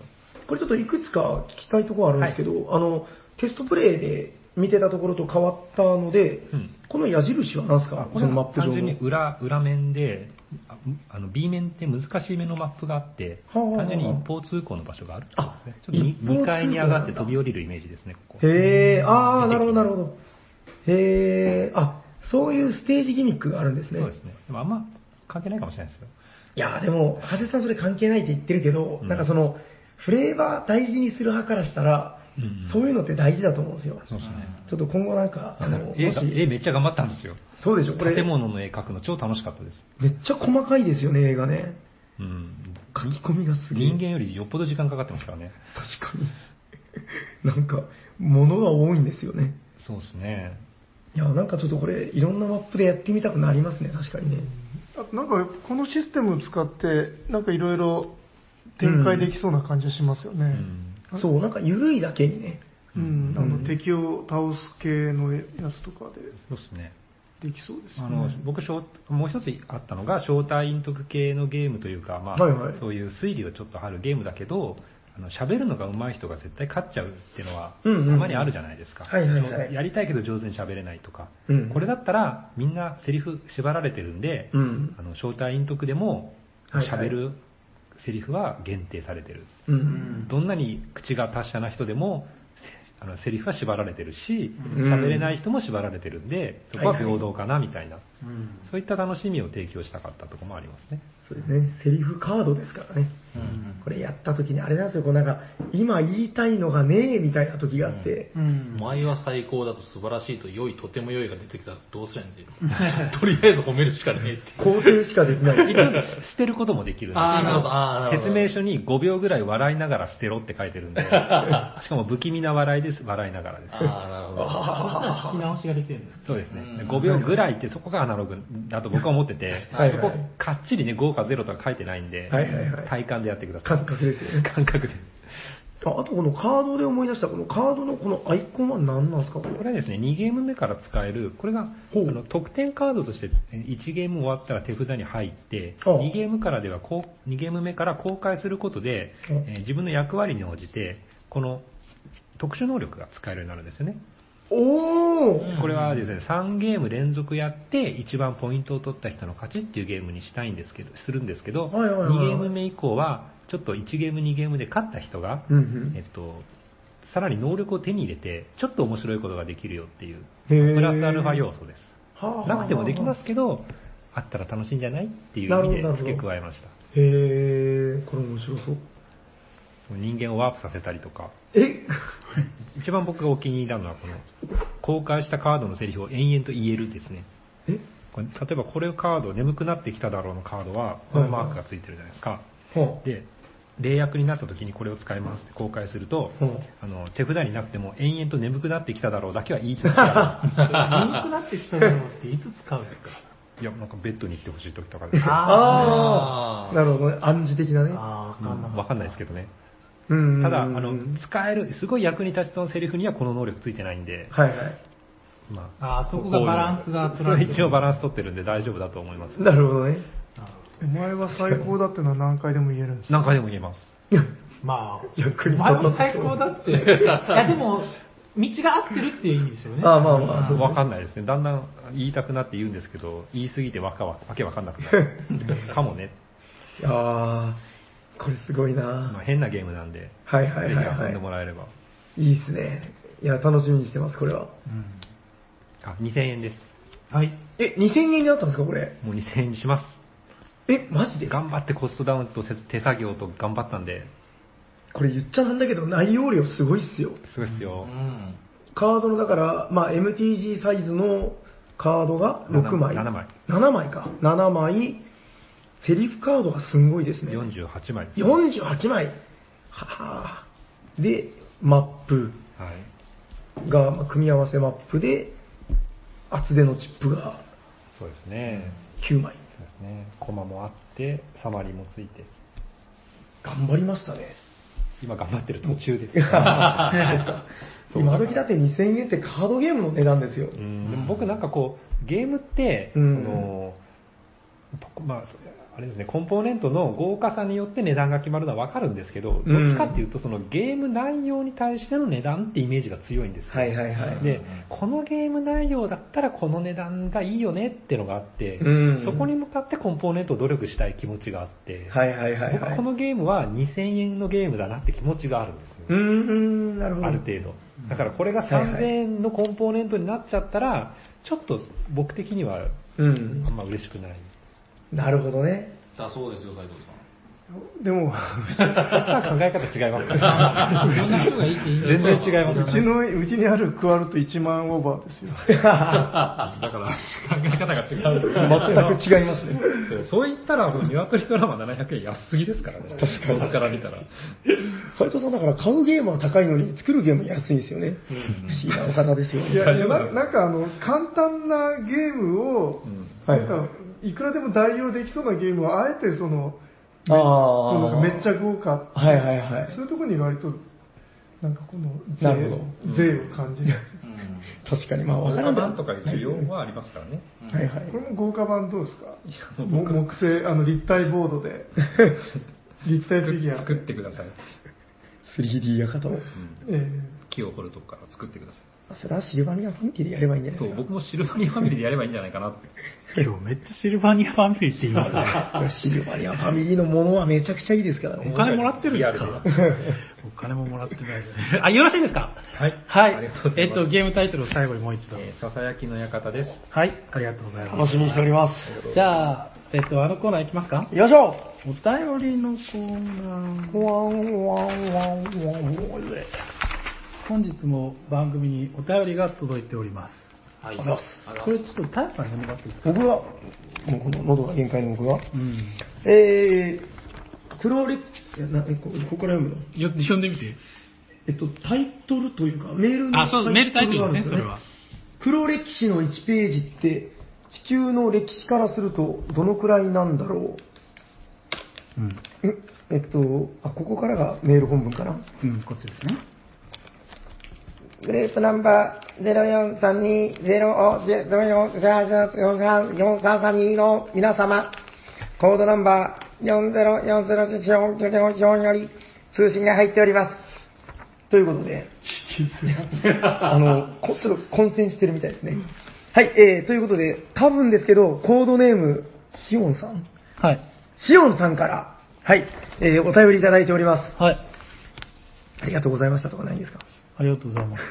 B: これちょっといくつか聞きたいところあるんですけど、あの、テストプレイで見てたところと変わったので、
G: うん
B: この矢印は何ですか
G: あこ
B: こ
G: れ
B: のマッ
G: は
B: プ上
G: 単純に
B: の。
G: 裏裏面でああの B 面って難しい目のマップがあって
B: はあはあはあ
G: 単純に一方通行の場所があるってことですね
B: あ
G: ちょっとに
B: 一方通行
G: 2階に上がって飛び降りるイメージですねここ
B: へえ、ああ、なるほどなるほど。へえ、あ、そういうステージギミックがあるんですね。
G: そうですねでもあんま関係ないかもしれないですよ
B: いやーでも、長谷さんそれ関係ないって言ってるけど、
G: うん
B: なんかその、フレーバー大事にする派からしたら、
G: うん
B: そういうのって大事だと思うんですよ。
G: そうですね
B: ちょっと今後なんか、あの、も
G: 絵が絵
B: し、
G: めっちゃ頑張ったんですよ
B: そうでしょ、これ、
G: 建物の絵描くの超楽しかったです、
B: めっちゃ細かいですよね、映画ね。
G: うん、
B: 書き込みがすげえ。
G: 人間よりよっぽど時間かかってますからね
B: 確かに。 なんか、物が多いんですよね。
G: そうですね
B: いや、なんかちょっとこれ、いろんなマップでやってみたくなりますね、確かにね。
D: あとなんか、このシステムを使って、なんかいろいろ展開できそうな感じがしますよね。
G: ん
B: そう、なんか緩いだけにね。
D: うん、あ
B: うん
D: の敵を倒す系のやつと
G: そ
D: か
G: うですね
D: でできそうです
G: あ
D: ね。
G: の僕招もう一つあったのが招待陰徳系のゲームというか、まあ
B: はいはい
G: そういう推理をちょっと張るゲームだけどあの喋るのが上手い人が絶対勝っちゃうっていうのはた
B: うんうんうん
G: まにあるじゃないですか、
B: はいはいはい
G: やりたいけど上手に喋れないとか、
B: うん
G: これだったらみんなセリフ縛られてるんで、
B: うん
G: あの招待陰徳でも
B: はいはい
G: 喋るセリフは限定されてる、
B: うん。
G: どんなに口が達者な人でも、せあのセリフは縛られてるし、
B: うん
G: 喋れない人も縛られてるんで、そこは平等かなみたいな、そういった楽しみを提供したかったところもあ りますね。
B: そうですね、セリフカードですからね。これやった時にあれなんですよ、こうなんか、今言いたいのがねえみたいな時があって、
D: うん。
A: 前は最高だと素晴らしいと良い、とても良いが出てきたらどうすりゃいいんだよ。 とりあえず褒めるしかねえって。
B: 肯定しかできな
G: 一
B: い。
G: 応ね捨てることもできるんです
A: あーなるほどあーなるほ
G: 説
A: ど
G: 明書に5秒ぐらい笑いながら捨てろって書いて るんで、しかも不気味な笑いです、笑いながらです。
A: ああ、なる
P: 聞き
A: ほど。
P: 直しができるんですか
G: そうですね
A: う。ん
G: 5秒ぐらいってそこがアナログだと僕は思ってて、
B: はいはい
G: そこかっちりね、5か0とか書いてないんで、
B: はいはいはい
G: 体感でやってください。
B: 感覚ですよね。
G: 感覚で。
B: ああとこのカードで思い出した、このカードのこのアイコンは何なんですか、これ。
G: これはですね、2ゲーム目から使える、これが、あ
B: ほう
G: の、得点カードとして、1ゲーム終わったら手札に入って、
B: ああ
G: 2ゲームからではこう、2ゲーム目から公開することで、
B: ああ
G: えー自分の役割に応じて、この、特殊能力が使えるようになるんですよね。
B: おー、
A: うん
G: これはですね、3ゲーム連続やって、一番ポイントを取った人の勝ちっていうゲームにしたいんですけど、するんですけど、
B: はいはいはいはい
G: 2ゲーム目以降は、ちょっと1ゲーム2ゲームで勝った人が、
B: うんうん
G: えっと、さらに能力を手に入れて、ちょっと面白いことができるよっていう、
B: へー
G: プラスアルファ要素です。
B: はあはあはあ
G: なくてもできますけど、あったら楽しいんじゃないっていう意味
B: なるほどなる
G: で
B: ほど
G: 付け加えました。
B: へえ、これ面白そう。
G: 人間をワープさせたりとか、
B: え
G: 一番僕がお気に入りなのは、この、公開したカードのセリフを延々と言えるですね。
B: え
G: これ例えばこれカード、眠くなってきただろうのカードは、このマークがついてるじゃないですか。
B: はあ
G: で、霊薬になった時にこれを使いますって公開すると、
B: うん
G: あの手札になくても延々と眠くなってきただろうだけは言い続けら
P: 眠くなってきたのっていつ使うんですか
G: れる いや、なんかベッドに行ってほしい時とかです
B: あ
A: あー
B: ー、なるほどね、暗示的なね。
P: ああ、わかんなかった
G: わかんないですけどね。
B: うん
G: ただ、あの、使える、すごい役に立ちそうなセリフにはこの能力ついてないんで、
B: はいはい。
G: まあ、
Q: あーそこがバランスが取られてる
G: そう一応バランス取ってるんで大丈夫だと思います。
B: なるほどね。
D: お前は最高だってのは何回でも言えるんです
G: 何回でも言えます。
A: まあ、
B: 役に立た
A: 前も最高だって。いや、でも、道が合ってるっていう意味ですよね。
B: ああ、まあまあ、そう
G: わかんないですね。だんだん言いたくなって言うんですけど、言い過ぎてわかわわけわかんなく なる。かもね。
B: いやーこれすごい
G: まあ、
B: な
G: 変なゲームなんで、
B: はいはいはい
G: ぜひ
B: は
G: 遊
B: い
G: んでもらえれば。
B: いいですね。いや、楽しみにしてます、これは。
G: あ、2000円です。
A: はい。
B: え、2000円になったんですか、これ。
G: もう2000円にします。
B: え、マジで
G: 頑張ってコストダウンとせ手作業と頑張ったんで、
B: これ言っちゃなんだけど、内容量すごいっすよ。
G: すごいっすよ。
R: うん。
B: カードの、だから、まあ、MTG サイズのカードが6枚。
G: 7枚。
B: 7枚か。7枚。セリフカードがすんごいですね。
G: 48枚。
B: 48枚。はあ。で、マップ
G: はい。
B: が、まあ組み合わせマップで、厚手のチップが
G: そうですね。
B: 9枚。
G: そうですね。コマもあって、サマリーもついて。
B: 頑張りましたね。
G: 今頑張ってる途中です。そう
B: 今時だって2000円ってカードゲームの値段ですよ。
G: うんでも僕なんかこう、ゲームって、
B: うん
G: その、まあ、そあれですね、コンポーネントの豪華さによって値段が決まるのはわかるんですけど、どっ
B: うん
G: ちかっていうと、そのゲーム内容に対しての値段ってイメージが強いんですよ
B: はいはいはい。
G: で、このゲーム内容だったらこの値段がいいよねってのがあって、
B: うん
G: そこに向かってコンポーネントを努力したい気持ちがあって、
B: はいはいはい
G: 僕
B: は。
G: はいこのゲームは2000円のゲームだなって気持ちがあるんですよ。
B: うーん、なるほど。
G: ある程度。だからこれが
B: はいはい
G: 3000円のコンポーネントになっちゃったら、ちょっと僕的には
B: う
G: あ
B: ん。
G: んま嬉しくない。
B: なるほどね。
R: だそうですよ、斉藤さん。
D: でも、
G: さあ考え方違いますから。
R: いろんな人がいいっていいんだよ
G: 全然違いま
D: う
G: す
D: ち。の、うちにあるクワルト1万オーバーですよ。
R: だから、考え方が違う。
B: 全く違いますね。
G: そう言ったら、鶏ドラマ700円安すぎですからね。確かに。僕から見たら。
B: 斉藤さんだから買うゲームは高いのに作るゲームは安いんですよね。不思議なお方ですよ
D: い
B: ね。
D: や、いやななんかあの、簡単なゲームを、
B: はい
D: なんか、いくらでも代用できそうなゲームを、あえてその、
B: あ
D: この
B: あ。
D: めっちゃ豪華。
B: はいはいはい。
D: そういうところに割と、なんかこの
B: なるほ
D: 税、税を感じる。
B: 確かに、まあわからんでも
G: とかいう需要はありますからね。
B: はいはい
D: こ。れも豪華版どうですかも木製、あの、立体ボードで、立体フィギュア。
S: 作ってください。
B: 3D や方を。
D: え
S: 木を掘るとこから作ってください。
B: あそれはシルバニアファミリーでやればいいんじゃない
S: そ
B: で
S: う、
B: すか。
S: 僕もシルバニアファミリーでやればいいんじゃないかなって。
A: 今日めっちゃシルバニアファミリーって言いますね。
B: いやシルバニアファミリーのものはめちゃくちゃいいですから ね
A: お。金もらってるんですかお金ももらってないですね。あ、よろしいですか
S: はい
A: はい。
S: ありがとうございます
A: えっと、ゲームタイトルを最後にもう一度。
S: えーささやきの館です。
A: はい、ありがとうございま
B: 楽しみにしております。
A: す。じゃあ、えっと、あのコーナーいきますか
B: よいしょ
A: お便りのコーナー。
B: ワンワンワンワンワン
A: 本日も番組にお便りが届いております。
R: はい。
B: ありがとうございます
R: あら
A: これちょっとタイプが眠かったですか
B: 僕は、もうこの喉が限界の僕が、
A: うん。
B: えー、黒歴いやなえこ、ここから読むの
A: よ呼んでみて。
B: えっと、タイトルというか、メールの
A: あ、そう、メールタイトルですね、そ
B: があ
A: れ
B: るん
A: は。
B: 黒歴史の1ページって、地球の歴史からすると、どのくらいなんだろ
A: うん。
B: う。んえっと、あ、ここからがメール本文かな。
A: うん、こっちですね。
B: グループナンバー0432050443の皆様、コードナンバー4040444より通信が入っております。ということで、 あの、こちょっと混戦してるみたいですね。はい、えー、ということで、多分ですけど、コードネーム、シオンさん
A: はい。
B: シオンさんから、はい、えー、お便りいただいております。
A: はい。
B: ありがとうございましたとかないんですか
A: ありがとうございます。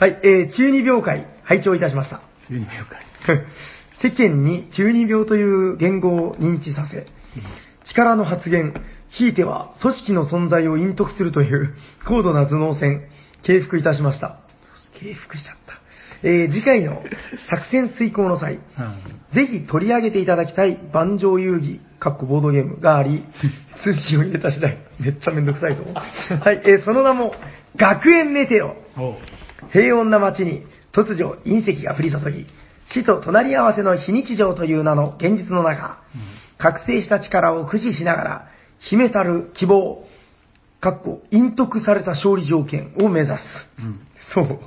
B: はい、えー、中二病会、拝聴いたしました。
A: 次の了解。
B: 世間に中二病という言語を認知させ、力の発言、ひいては組織の存在を隠匿するという高度な頭脳戦、敬服いたしました。敬服しちゃった。えー、次回の作戦遂行の際、ぜひ取り上げていただきたい万丈遊戯、かっこボードゲームがあ り、通信を入れた次第、めっちゃめんどくさいぞ。はい、えー、その名も、学園メテオ。
A: おう
B: 平穏な街に突如隕石が降り注ぎ、死と隣り合わせの非日常という名の現実の中、覚醒した力を駆使しながら、秘めたる希望、かっこ、隠匿された勝利条件を目指す。 そう。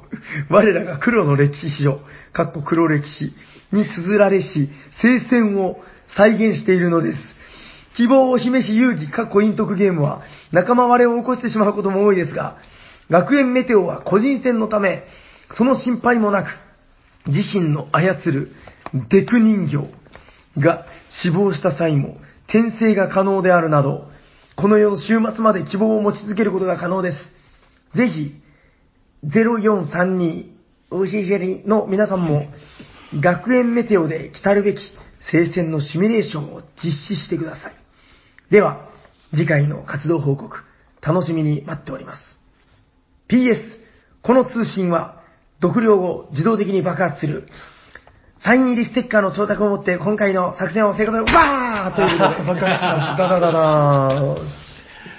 B: 我らが黒の歴史史上、かっこ黒歴史に綴られし、聖戦を再現しているのです。希望を示し有事かっこ陰徳ゲームは仲間割れを起こしてしまうことも多いですが、学園メテオは個人戦のため、その心配もなく、自身の操るデク人形が死亡した際も転生が可能であるなど、この世の終末まで希望を持ち続けることが可能です。ぜひ、0432ウシジェリの皆さんも、学園メテオで来たるべき聖戦のシミュレーションを実施してください。では、次回の活動報告、楽しみに待っております。PS、この通信は、読量後自動的に爆発する、サイン入りステッカーの調達をもって今回の作戦を成功で、バーということで、 爆発します。ダダダダーン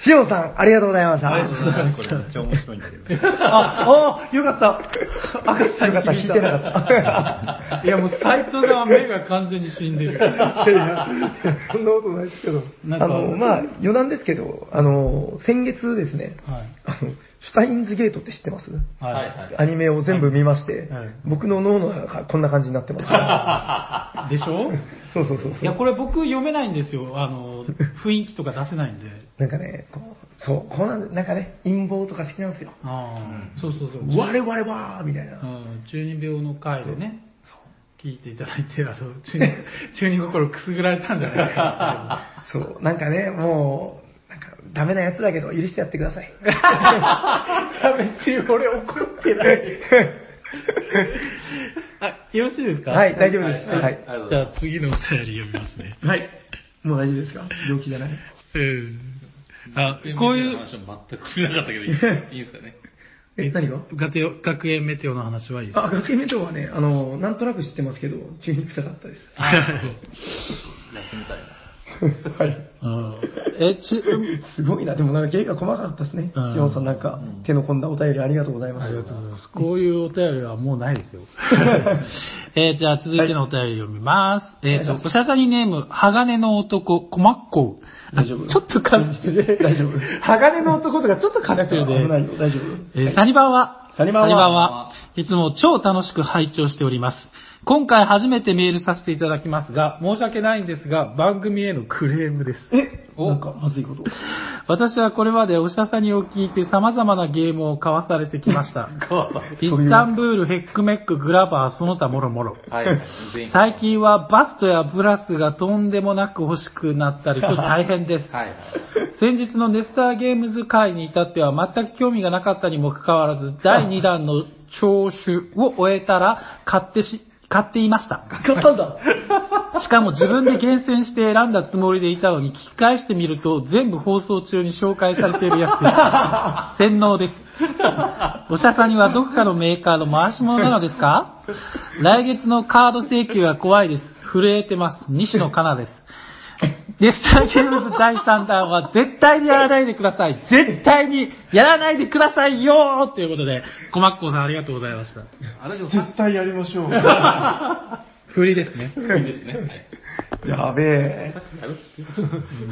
B: シオンさん、ありがとうございました。
G: これめっちゃ面白いんだけど。
A: あ、あよかった。赤瀬さんが聞いてなかった。いや、もう斎藤さんは目が完全に死んでる。
D: そんなことないですけど。
T: なんか、
B: あの、まあ、余談ですけど、あの、先月ですね、あの、シュタインズゲートって知ってます
U: はいはい。
B: アニメを全部見まして、僕の脳の中がこんな感じになってま
A: でしょ
B: す。そうそうそう
A: い
B: そ
A: や、
B: う。
A: これ僕読めないんですよ。あの、雰囲気とか出せないんで。
B: なんかね、こう、そう、こうなんなんかね、陰謀とか好きなんですよ。
A: ああ、そうそうそう。
B: 我々はみたいな。
A: うん中二病の回でね、聞いていただいて、あの中二 中二心くすぐられたんじゃないか
B: そう、なんかね、もう、なんか、ダメなやつだけど、許してやってください。
A: な。 別に俺怒ってない。あよろしいですか
B: はい、大丈夫です。はい。
U: ありがとうご
A: じ
U: ざい
A: ゃ
U: ます
A: あ次のお便り読みますね。
B: はい。もう大丈夫ですか病気じゃない
A: うん。あ、こういう、
U: 学園メテオの話は全く触れなかったけど、いいいいですか ね。
B: え、何が
A: 学園学園メテオの話はいいですか
B: あ、学園メトロはね、あの、なんとなく知ってますけど、中に臭かったです。
U: やってみたいな。
B: はい。
A: うんえ、ち、
B: すごいな。でもなんか芸が細かかったですね。
A: うん
B: シオンさんなんか、手の込んだお便りありがとうございます。
A: ありがとうございます。こういうお便りはもうないです よ。えーじゃあ続いてのお便り読みます。えっ、と、おしゃさにネーム、鋼の男、こまっこう。
B: 大丈夫
A: ちょっとかじってる。
B: 大丈夫。
A: 鋼の男とかちょっとかじってる
B: 危な
A: で。
B: いよ、大丈
A: えーサニバンは、
B: サニバンは
A: はいつも超楽しく拝聴しております。今回初めてメールさせていただきますが、申し訳ないんですが、番組へのクレームです。
B: 夫。えなんか、まずいこと。
A: 私はこれまでおしゃさにを聞いて様々なゲームを買わされてきま した。イスタンブール、ヘックメック、グラバー、その他もろもろ。
U: はい。全員。
A: 最近はバストやブラスがとんでもなく欲しくなったりと大変です。
U: はい。
A: 先日のネスターゲームズ会に至っては全く興味がなかったにもかかわらず、第2弾の聴取を終えたら買ってし、買っていました。
B: 買ったんだ。
A: しかも自分で厳選して選んだつもりでいたのに聞き返してみると全部放送中に紹介されているやつでした。洗脳です。おしゃさんにはどこかのメーカーの回し物なのですか来月のカード請求が怖いです。震えてます。西野カナです。デスターゲームズ第3弾は絶対にやらないでください。絶対にやらないでくださいよーということで、小マッコーさんありがとうございました。
U: あれでも、い
D: 絶対やりましょう。
A: 振りですね。
U: いですね。はい。
B: やべえ。
U: やるっつって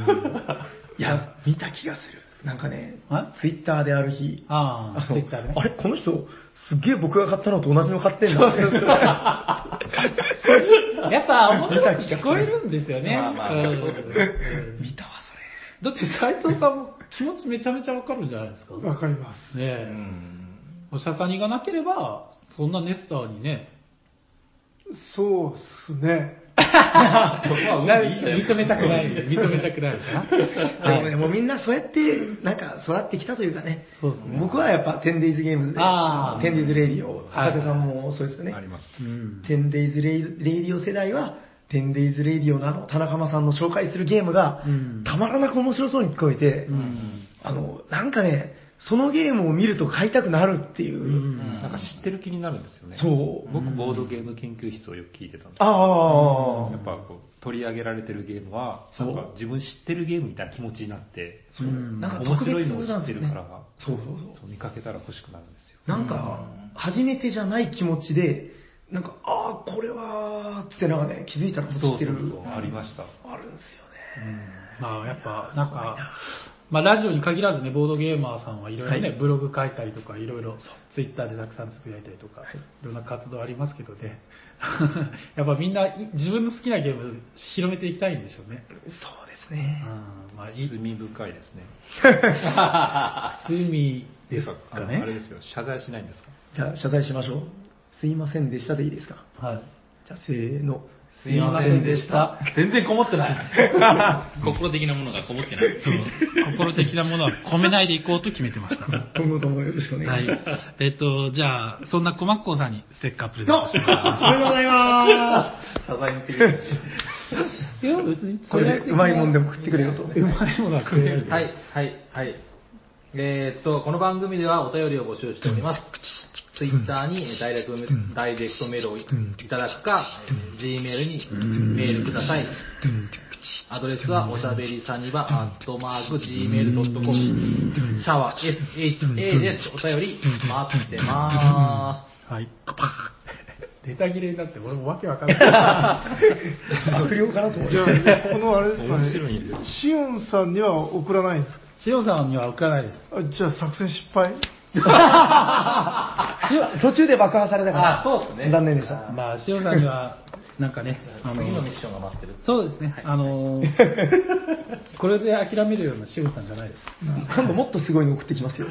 B: いや、見た気がする。なんかね、ツイッターである日、
A: あ
B: あ
A: あ、
B: の
A: ツイッターね。
B: あれこの人、すっげえ僕が買ったのと同じの買ってんだ。
A: やっぱ面白く聞こえるんですよね。
U: まあまあ
A: うん
U: そうですね
A: 見たわ、それ。だって斎藤さんも気持ちめちゃめちゃわかるんじゃないですか。ね
D: わかります。
U: う
A: え。
U: ん。
A: おしゃさにがなければ、そんなネスターにね、
D: そうっすね。
U: そこは運でいいじゃないですか
A: 認めたくない、認めたくない か
B: で
A: な。
B: もね、もうみんなそうやって、なんか育ってきたというかね、
A: そうですね。
B: 僕はやっぱ 10days ゲームズで、
A: あー
B: 10days レディオ、
A: はい
B: 博士さんもそうですよね
G: あ。ります。
A: うん。
B: 10days レディオ世代は、10days レディオのあの田中間さんの紹介するゲームが、
A: うん
B: たまらなく面白そうに聞こえて、
A: うん。
B: あの、なんかね、そのゲームを見ると買いたくなるっていう、
A: うん
G: なんか知ってる気になるんですよね。
B: そう。
G: 僕、ボードゲーム研究室をよく聞いてたんです
B: ああ、
G: やっぱこう、取り上げられてるゲームは、
B: そ
G: な
B: うん
G: か自分知ってるゲームみたいな気持ちになって、
B: そう
A: うん
B: なんか
G: 面
B: 特
G: 白い
B: 別
G: のを知
B: なん
G: っ
B: で
G: て
B: すよ
G: る
B: ね
G: から、
B: そうそうそう。
G: そう見かけたら欲しくなるんですよ。
B: なんか、初めてじゃない気持ちで、なんか、ああ、これは、つってなんかね、気づいたらもう知ってる。
G: ありました。
B: あるんですよね。
A: まあやっぱなんか、まあラジオに限らずね、ボードゲーマーさんはいろいろね、ブログ書いたりとか、いろいろツイッターでたくさんつぶやいたりとか、いろんな活動ありますけどね、 やっぱみんない自分の好きなゲーム広めていきたいんでしょうね。
B: そうですね。
A: うん、まあいい、
G: 罪深いですね。
A: 罪です
G: かあ
A: か
G: のあれ
A: ね。
G: ですよ、謝罪しないんですか
B: じゃあ、謝罪しましょう。すいませんでしたでいいですか
A: はい。
B: じゃあ、せーの。
A: すいませんでした。全然こもってない。
I: 心的なものがこもってない。
V: そう 心的なものは込めないでいこうと決めてま した。は
B: 今後ともよろしくお願いします。
V: い。えっと、じゃあ、そんな小松子さんにステッカープレゼントします。
B: ありがとうございま
I: 謝罪の的
V: いや、別に
B: す。これでうまいもんでも食ってくれよと。
I: はい、はい、はい。えーっと、この番組ではお便りを募集しております。ツイッターにダイレクトダイレクトメールをいただくか、G メールにメールください。アドレスはおしゃべりさにば、アットマーク、gmail.com。シャワー、sha です。お便り待ってま
A: はい。出た切れになって、俺もわけわかんない。
B: 悪霊かなと思っ
D: じゃ
B: て。
D: あ、このあれですか
G: 面白いんですよ
D: ね、シオンさんには送らないんですか
A: しおさんには送らないです。
D: あじゃあ、作戦失敗
B: 途中で爆破されたから。
I: あそうですね
B: 残念でした。
A: まあ、しおさんには、なんかね、あ
I: す。
A: の
I: 次、のミッションが待ってる。
A: そうですね、あ の、これで諦めるようなしおさんじゃないです。
B: 今度もっとすごいの送ってきますよ。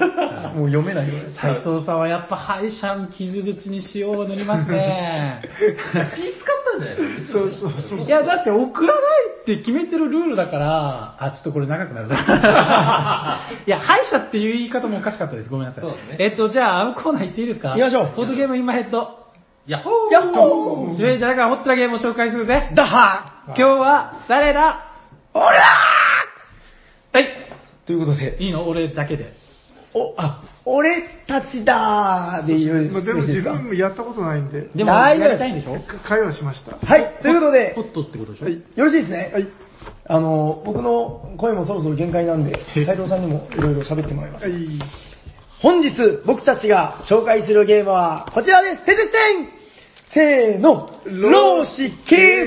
B: もう読めないよ。
A: 斉藤さんはやっぱ敗者の傷口に塩を塗りますね。
I: 気使ったんじゃないですか
D: そうそうそう。
A: いや、だって送らないって決めてるルールだから、あ、ちょっとこれ長くなるな。いや、敗者っていう言い方もおかしかったです。ごめんなさい。
I: そうですね
A: えっと、じゃあ、あのコーナー行っていいですか
B: 行きましょう
A: フォートゲーム今ヘッド。
I: ヤッホ
A: やっほー主演者だからホットなゲームを紹介するぜ。
B: ダハ
A: 今日は、誰だ俺だ
B: ということ
A: は
B: で、
A: い。いいの俺だけで。
B: お、あ、俺たちだーで言う
D: まあでも
B: よろしい
D: 自
B: すか
D: 分もやったことないんで、
A: でも、や
B: 大丈夫
A: りたいんでしょ
D: 会話しました。
B: はい、ということで
A: ホ、ットってことでしょ
D: はい
B: よろしいですね。
D: はい。
B: あの、僕の声もそろそろ限界なんで、斉藤さんにもいろいろ喋ってもらいます
D: は。い。
B: 本日僕たちが紹介するゲームはこちらです。テテステンせーの、老子敬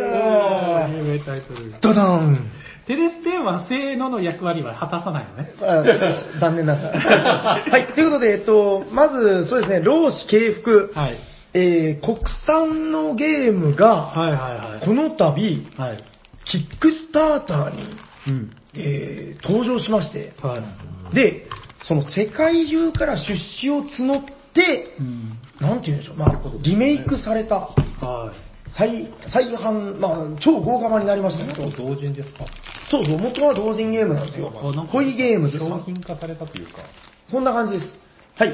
B: 服
A: タイトル。
B: ドドン
A: テレステンは、せーのの役割は果たさないのね。
B: あ 残念なが ら。はい、ということで、えっと、まず、そうですね、老子敬服。
A: はい。
B: えー、国産のゲームが、
A: はいはいはい。
B: この度、
A: はい。
B: キックスターターに、
A: うん。
B: えー登場しまして、
A: はい。
B: で、その世界中から出資を募って
A: う、ん。
B: なんて言うんでしょう、まあ、リメイクされた、
A: はい。
B: 再再販、まあ、超豪華版になりましたね。
G: 同人ですか
B: そうそう、元は同人ゲームなんですよ
A: あなん。か
B: 恋ゲームズさ
G: 商
B: ん。
G: 品化されたというか、
B: そんな感じです。はい。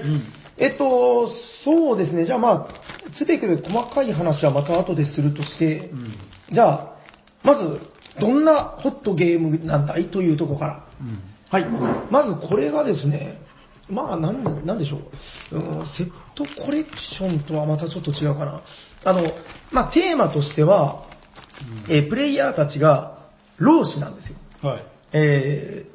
B: えっと、そうですね、じゃあまあ、つべくべ細かい話はまた後でするとして、じゃあ、まず、どんなホットゲームなんだいというところから。はい。まずこれがですね、まあ、なん、なんでしょう。うーんセットコレクションとはまたちょっと違うかな。あの、まあ、テーマとしては、えープレイヤーたちが、老子なんですよ。
A: はい。
B: えー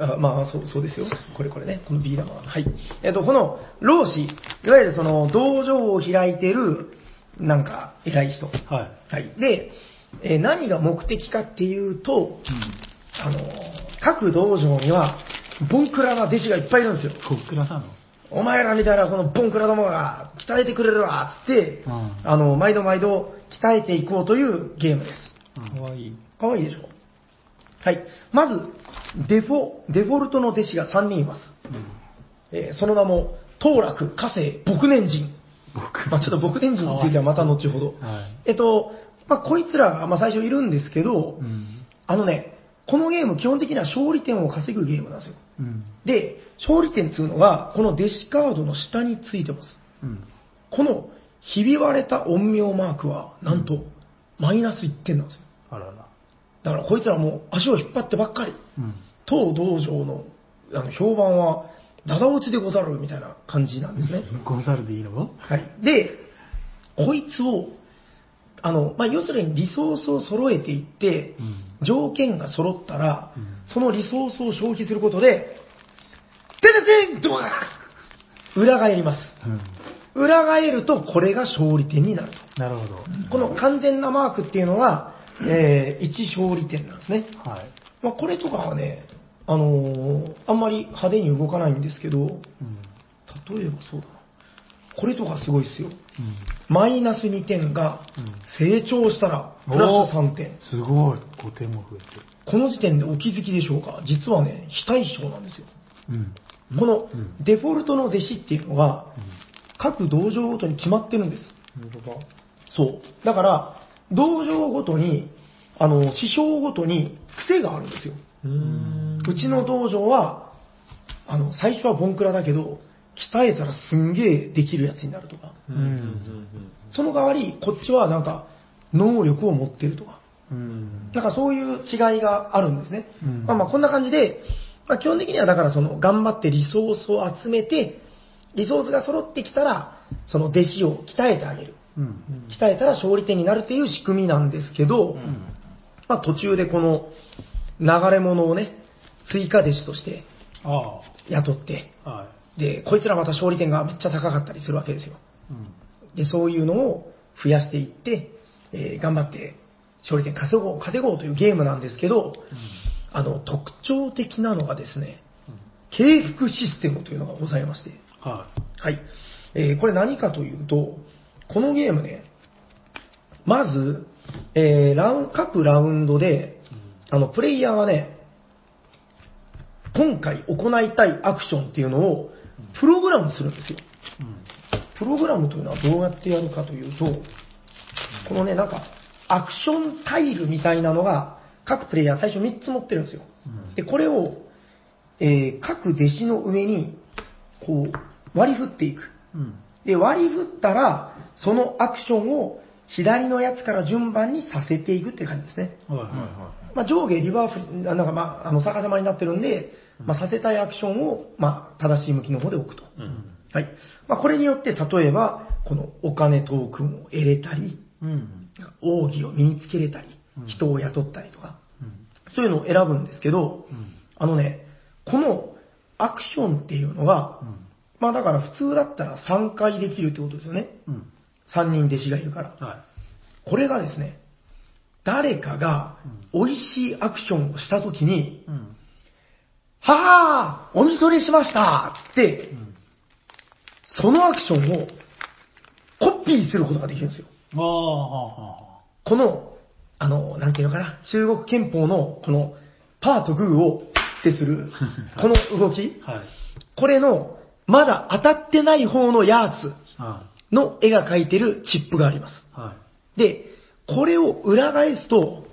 B: あまあそう、そうですよ。これこれね。このビー玉。はい。えっ、と、この、老子、いわゆるその、道場を開いてる、なんか、偉い人。は
A: はい。
B: い。で、えー何が目的かっていうと、あの、各道場には、ボンクラな弟子がいっぱいいるんですよ。
A: こっくらなの
B: お前らみたいなこのボンクラどもが鍛えてくれるわ、つって、
A: うん
B: あの、毎度毎度鍛えていこうというゲームです。
A: かわいい。
B: かわいいでしょはい。まず、デフォ、デフォルトの弟子が3人います。えーその名も、当楽、火星、牧年人。まあ、ちょっと牧年人についてはまた後ほど。
A: はい
B: えっと、まあ、こいつらが、まあ、最初いるんですけど、
A: うん。
B: あのね、このゲーム基本的には勝利点を稼ぐゲームなんですよ。
A: うん。
B: で、勝利点っていうのが、この弟子カードの下についてます。
A: うん。
B: この、ひび割れた陰陽マークは、なんと、マイナス1点なんですよ。
A: あらら。
B: だからこいつらもう足を引っ張ってばっかり。
A: うん。
B: 当道場のあの評判は、ダダ落ちでござるみたいな感じなんですね。
A: ゴザルでいいの
B: はい。で、こいつを、あの、まあ、要するにリソースを揃えていって、
A: うん。
B: 条件が揃ったら、
A: うん
B: そのリソースを消費することで、てててんドワー裏返ります。
A: うん。
B: 裏返るとこれが勝利点になると。
A: なるほど。
B: この完全なマークっていうのは、えー、1勝利点なんですね。
N: はい。
B: まあ、これとかはね、あのーあんまり派手に動かないんですけど、
N: うん。
B: 例えばそうだな。これとかすごいですよ。マイナス2点が成長したらプラス3点。
N: すごい。5点も増えてる。
B: この時点でお気づきでしょうか実はね、非対称なんですよ。
N: うん。
B: このデフォルトの弟子っていうのが、各道場ごとに決まってるんです。そう。だから、道場ごとに、あの、師匠ごとに癖があるんですよ。うちの道場は、あの、最初はボンクラだけど、鍛えたらすんげえできるやつになるとか。その代わり、こっちはなんか、能力を持ってるとか。なんかそういう違いがあるんですね。まあまあこんな感じで、まあ基本的にはだからその頑張ってリソースを集めて、リソースが揃ってきたら、その弟子を鍛えてあげる。鍛えたら勝利点になるっていう仕組みなんですけど、まあ途中でこの流れ物をね、追加弟子として
N: あ
B: 雇って、
N: あ。はい。
B: で、こいつらまた勝利点がめっちゃ高かったりするわけですよ。で、そういうのを増やしていって、えー頑張って勝利点稼ごう、稼ごうというゲームなんですけど、あの、特徴的なのがですね、敬服システムというのがございまして、
N: はい。
B: はい。えーこれ何かというと、このゲームね、まず、えーラウン各ラウンドで、あの、プレイヤーがね、今回行いたいアクションっていうのを、プログラムするんですよ。プログラムというのはどうやってやるかというと、このね、なんか、アクションタイルみたいなのが、各プレイヤー最初3つ持ってるんですよ。で、これを、えー各弟子の上に、こう、割り振っていく。で、割り振ったら、そのアクションを左のやつから順番にさせていくって感じですね。
N: は
B: まあ、上下リバーフ、あなんかまあ、あの逆さまになってるんで、まあ、させたいアクションを、まあ、正しい向きの方で置くと。はい。まあ、これによって、例えば、このお金トークンを得れたり、奥義を身につけれたり、人を雇ったりとか、そういうのを選ぶんですけど、あのね、このアクションっていうのが、まあだから普通だったら3回できるってことですよね。
N: うん
B: 3人弟子がいるから。
N: い。は
B: これがですね、誰かが美味しいアクションをしたときに、はあお見それしましたつって、そのアクションをコピーすることができるんですよ。
N: い。ああ、はあ、はあ。
B: この、あの、なんていうのかな、中国憲法のこのパーとグーをってする、この動き、
N: はい。
B: これの、まだ当たってない方のやつ
N: は
B: の絵が描いてるチップがあります。
N: い。は
B: で、これを裏返すと、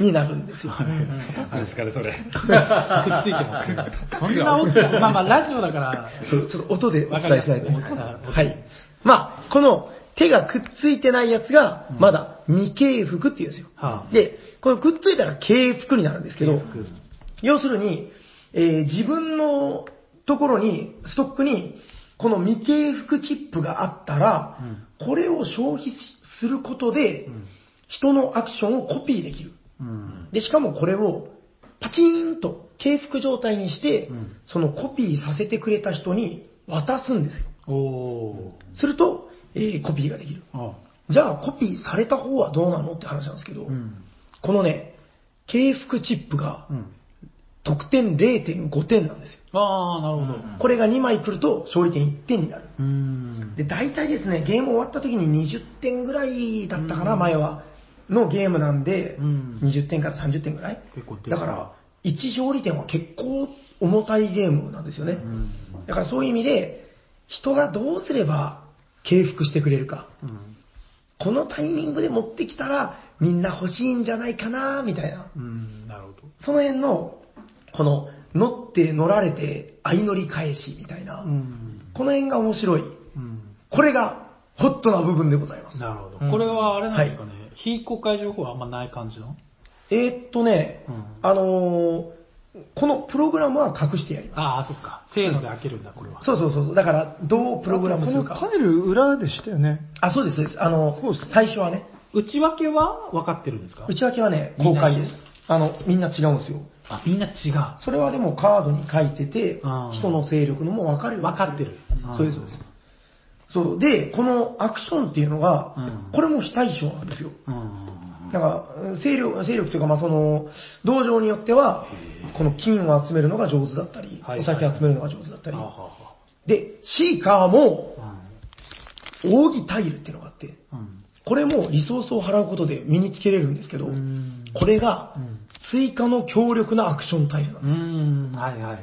B: になるんですよ。
G: 何ですかね、それ。
N: い。くっついてます。そんな大きな、まあまあ、ラジオだから、
B: そうちょっと音でお伝えしないと。
N: わかりやすい
B: はい。まあ、この手がくっついてないやつが、まだ未敬服っていうんですよ。
N: はあ
B: で、このくっついたら敬服になるんですけど、要するに、えー自分のところに、ストックに、この未敬服チップがあったら、これを消費しすることで、人のアクションをコピーできる。で、しかもこれをパチンと敬服状態にして、そのコピーさせてくれた人に渡すんです
N: お
B: よ。
N: お
B: すると、えーコピーができる。
N: ー。あ
B: じゃあコピーされた方はどうなのって話なんですけど、このね、敬服チップが得点0.5点なんですよ。
N: あー、なるほど。
B: これが2枚来ると勝利点1点になる。
N: うん。
B: で、大体ですね、ゲーム終わった時に20点ぐらいだったかな、前は。のゲームなんで、
N: ん
B: 20点から30点ぐらい。
N: 結構でかい
B: だから、1勝利点は結構重たいゲームなんですよね。だからそういう意味で、人がどうすれば敬服してくれるか。
N: うん。
B: このタイミングで持ってきたら、みんな欲しいんじゃないかな、みたいな。
N: うん、なるほど。
B: その辺の、この、乗って乗られて、相乗り返し、みたいな。
N: うん。
B: この辺が面白い。
N: うん。
B: これが、ホットな部分でございます。
N: なるほど。これはあれなんですかね、非公開情報はあんまない感じの
B: えーっとね、
N: うん
B: あのーこのプログラムは隠してやりま
N: ああ、そっか。せーので開けるんだ、これは。
B: す。そうそうそうそう。だから、どうプログラムする
W: この
B: か。
W: タイル裏でしたよね。
B: あ、そうです、そうです。あの、最初はね、
N: 内訳は分かってるんですか
B: 内訳はね、公開です。あの、みんな違うんですよ。
N: あ、みんな違う。
B: それはでもカードに書いてて
N: あ、ー
B: 人の勢力のも分かるように
N: 分かってる
B: うんそうです、そうです。そう。で、このアクションっていうのが
N: うん、
B: これも非対称なんですよ。
N: うん。
B: なんか、勢力、勢力というか、まあ、その、道場によっては、この金を集めるのが上手だったり、お酒集めるのが上手だったり。で、シーカーも、奥義タイルっていうのがあって、これもリソースを払うことで身につけれるんですけど、これが、追加の強力なアクションタイルなんですよ。
X: うん、はいはいはいはい。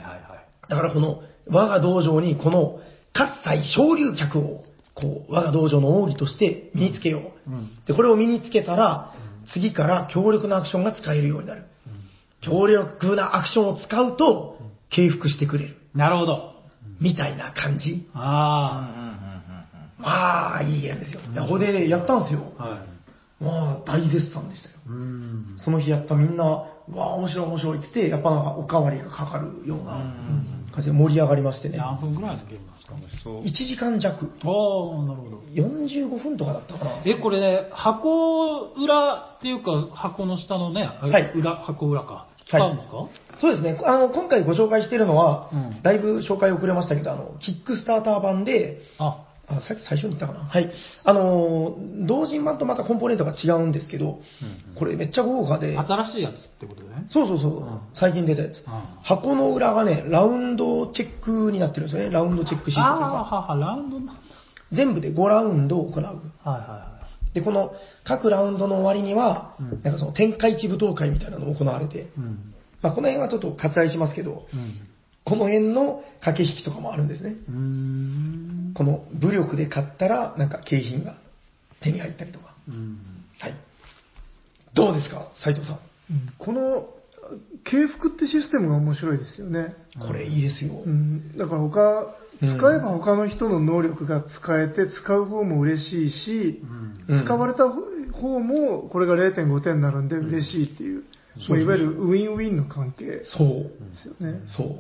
B: だからこの、我が道場にこの、喝采昇竜脚を、こう、我が道場の奥義として身につけよう。で、これを身につけたら、次から強力なアクションが使えるようになる。強力なアクションを使うと、敬服してくれる。
A: なるほど。
B: みたいな感じ。
A: あ
B: まあ、いいゲームですよ。いや、これでやったんですよ。
A: あ。はい。
B: まあ、大絶賛でしたよ。
A: うん。
B: その日やったみんな、わあ、面白い面白いって言って、やっぱなんかおかわりがかかるような感じで盛り上がりましてね。
A: 何分ぐらいのゲームなんですか
G: 楽しそう。
B: 1時間弱、
A: ああ、なるほど。
B: 45分とかだったかな。
A: え、これね、箱裏っていうか、箱の下のね、
B: はい
A: 裏、箱裏か。使うんですか、
B: そうですね。あの、今回ご紹介してるのは、
A: うん
B: だいぶ紹介遅れましたけど、あの、キックスターター版で、
A: あ、
B: あ、さっき最初に言ったかな。はい。あのー同人版とまたコンポーネントが違うんですけど、これめっちゃ豪華で、
A: 新しいやつってことね。
B: そうそうそう、最近出たやつ、箱の裏がね、ラウンドチェックになってるんですよね。ラウンドチェックシー
A: あ
B: トという
A: あ、
B: か。
A: はは、ラウンドなんだ。
B: 全部で5ラウンドを行う。
A: はいは
B: で、この各ラウンドの終わりには、なんかその天下一舞踏会みたいなのも行われて、
A: いはい。うん。
B: まあ、この辺はちょっと割愛しますけど、
A: うん。
B: この辺の駆け引きとかもあるんですね。
A: うーん。
B: この武力で買ったら、なんか景品が手に入ったりとか。
A: うん。
B: はい。どうですか、斉藤さん。
D: この、敬服ってシステムが面白いですよね。
B: これいいですよ。
D: うん、だから他、使えば他の人の能力が使えて、使う方も嬉しいし、
B: うん
D: 使われた方も、これが0.5点になるんで嬉しいっていう、まあいわゆるウィンウィンの関係で
B: そう。
D: すよね。
B: そう。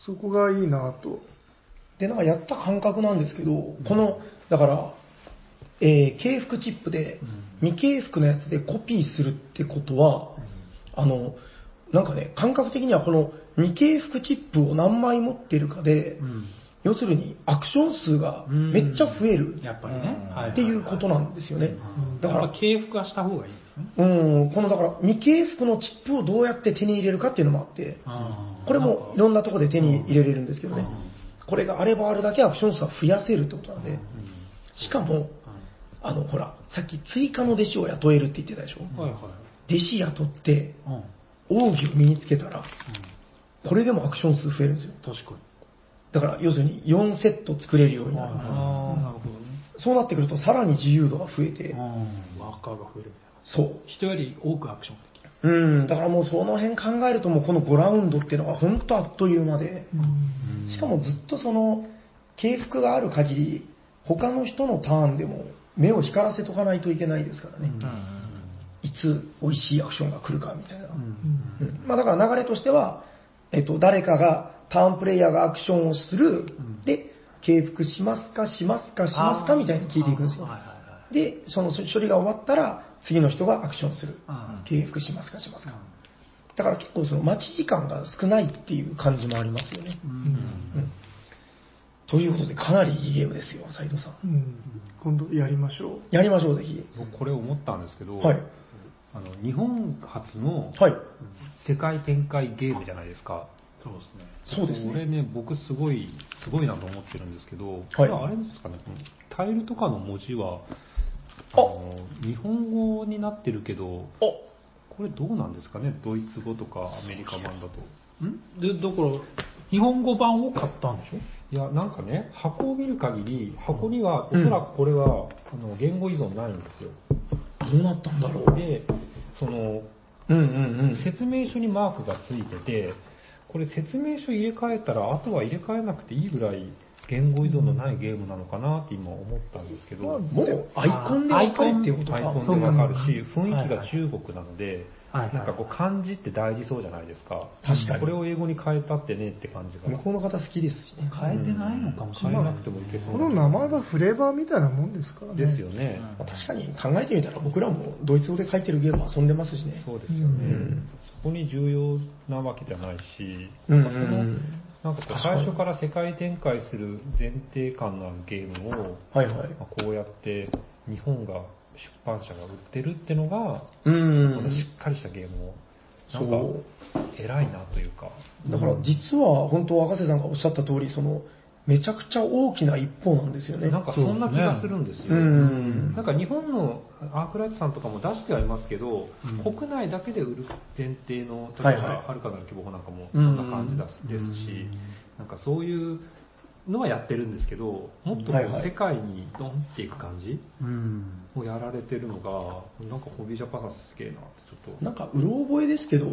D: そこがいいなと。
B: で、なんかやった感覚なんですけど、この、だから、えー、軽服チップで、未軽服のやつでコピーするってことは、あの、なんかね、感覚的にはこの未軽服チップを何枚持ってるかで、
A: うん。
B: 要するにアクション数がめっちゃ増える
A: やっぱりね。は
B: っていうことなんですよね。だ
A: だか
B: か
A: らら、、敬服はした方がいいですね。
B: うん、このだから未軽服のチップをどうやって手に入れるかっていうのもあって、
A: あー
B: これもいろんなところで手に入れれるんですけどね、これがあればあるだけアクション数は増やせるってことなんで、しかも、あのほら、さっき追加の弟子を雇えるって言ってたでしょ、
A: はい
B: 弟
A: は
B: 子雇って、
A: い。うん。
B: 奥義を身につけたら、これでもアクション数増えるんですよ。
A: 確かに。
B: だから要するに4セット作れるようになる。
A: ああ、なるほどね。
B: そうなってくるとさらに自由度が増えて、
A: うん。ワーカーが増えるみたいな。
B: そう、
A: 人より多くアクションができる。
B: うん、だからもうその辺考えるともうこの5ラウンドっていうのが本当あっという間で、しかもずっとその、敬服がある限り、他の人のターンでも目を光らせとかないといけないですからね。いつ美味しいアクションが来るかみたいな。うんまあだから流れとしては、えっと、誰かが、ターンプレイヤーがアクションをする、で、敬服しますか、しますか、しますかみたいに聞いていくんですよ。
A: はいはいはい。
B: で、その処理が終わったら、次の人がアクションする
A: うん。
B: 契約しますかしますか。だから結構その待ち時間が少ないっていう感じもありますよね。うんということで、かなりいいゲームですよ、斉藤さん。
D: 今度やりましょう。
B: やりましょう、ぜひ。
G: 僕これ思ったんですけど、
B: はい。
G: あの日本初の
B: はい。
G: 世界展開ゲームじゃないですか。
A: そうですね。
B: そうです
G: こ
B: ね。
G: れね、僕すごい、すごいなと思ってるんですけど、
B: はい
G: あれですかね、このタイルとかの文字は、
B: あ
G: あの日本語になってるけど、
B: あ
G: これどうなんですかね、ドイツ語とかアメリカ版だと。
A: んで、だから、日本語版を買ったんでしょ
G: いや、なんかね、箱を見る限り、箱には、おそらくこれは、あの言語依存ないんですよ。
B: どうなったんだろう。
G: で、その、
B: うんうん
G: 説明書にマークがついてて、これ説明書入れ替えたら、あとは入れ替えなくていいぐらい言語依存のないゲームなのかなって今思ったんですけ
B: う
G: ど、
B: ん。もうアイコンで分かれっていうこと
G: アイコ
B: か。
G: ンでわかるし、雰囲気が中国なので、
A: はいはい
G: なんかこう漢字って大事そうじゃないですか。
B: 確かに
G: これを英語に変えたってねって感じが。
B: 向こうの方好きですしね。
A: 変えてないのかもしれ
G: 変え
A: な
G: ないくてもいけそう
D: この名前がフレーバーみたいなもんですからね。
G: ですよね。
B: まあ確かに考えてみたら僕らもドイツ語で書いてるゲーム遊んでますしね。
G: そうですよね、そこに重要なわけじゃないし、
B: うん
G: まあそ
B: うんう
G: の
B: ん
G: なんかこう最初から世界展開する前提感のあるゲームを、
B: はいはい。
G: まあこうやって日本が出版社が売ってるってのが、
B: う
G: このし
B: ん。
G: っかりしたゲームを、な
B: そ
G: んか、偉いなというか、
B: だから実は本当若瀬さんがおっしゃった通り、その、めちゃくちゃ大きな一方なんですよね。
G: なんかそんな気がするんですよ。
B: うん。
G: なんか日本のアークライトさんとかも出してはいますけど、国内だけで売る前提の、例えば、
B: は
G: はいる
B: はい
G: かなる希望なんかも、
B: う
G: そ
B: ん
G: んな感じだですし、なんかそういうのはやってるんですけど、もっとこ
B: はいは
G: う
B: い
G: 世界にドンっていく感じ
A: うん。
G: をやられてるのが、なんかホビージャパンさんすげえなって、ちょっと。
B: なんか、うろ覚えですけど、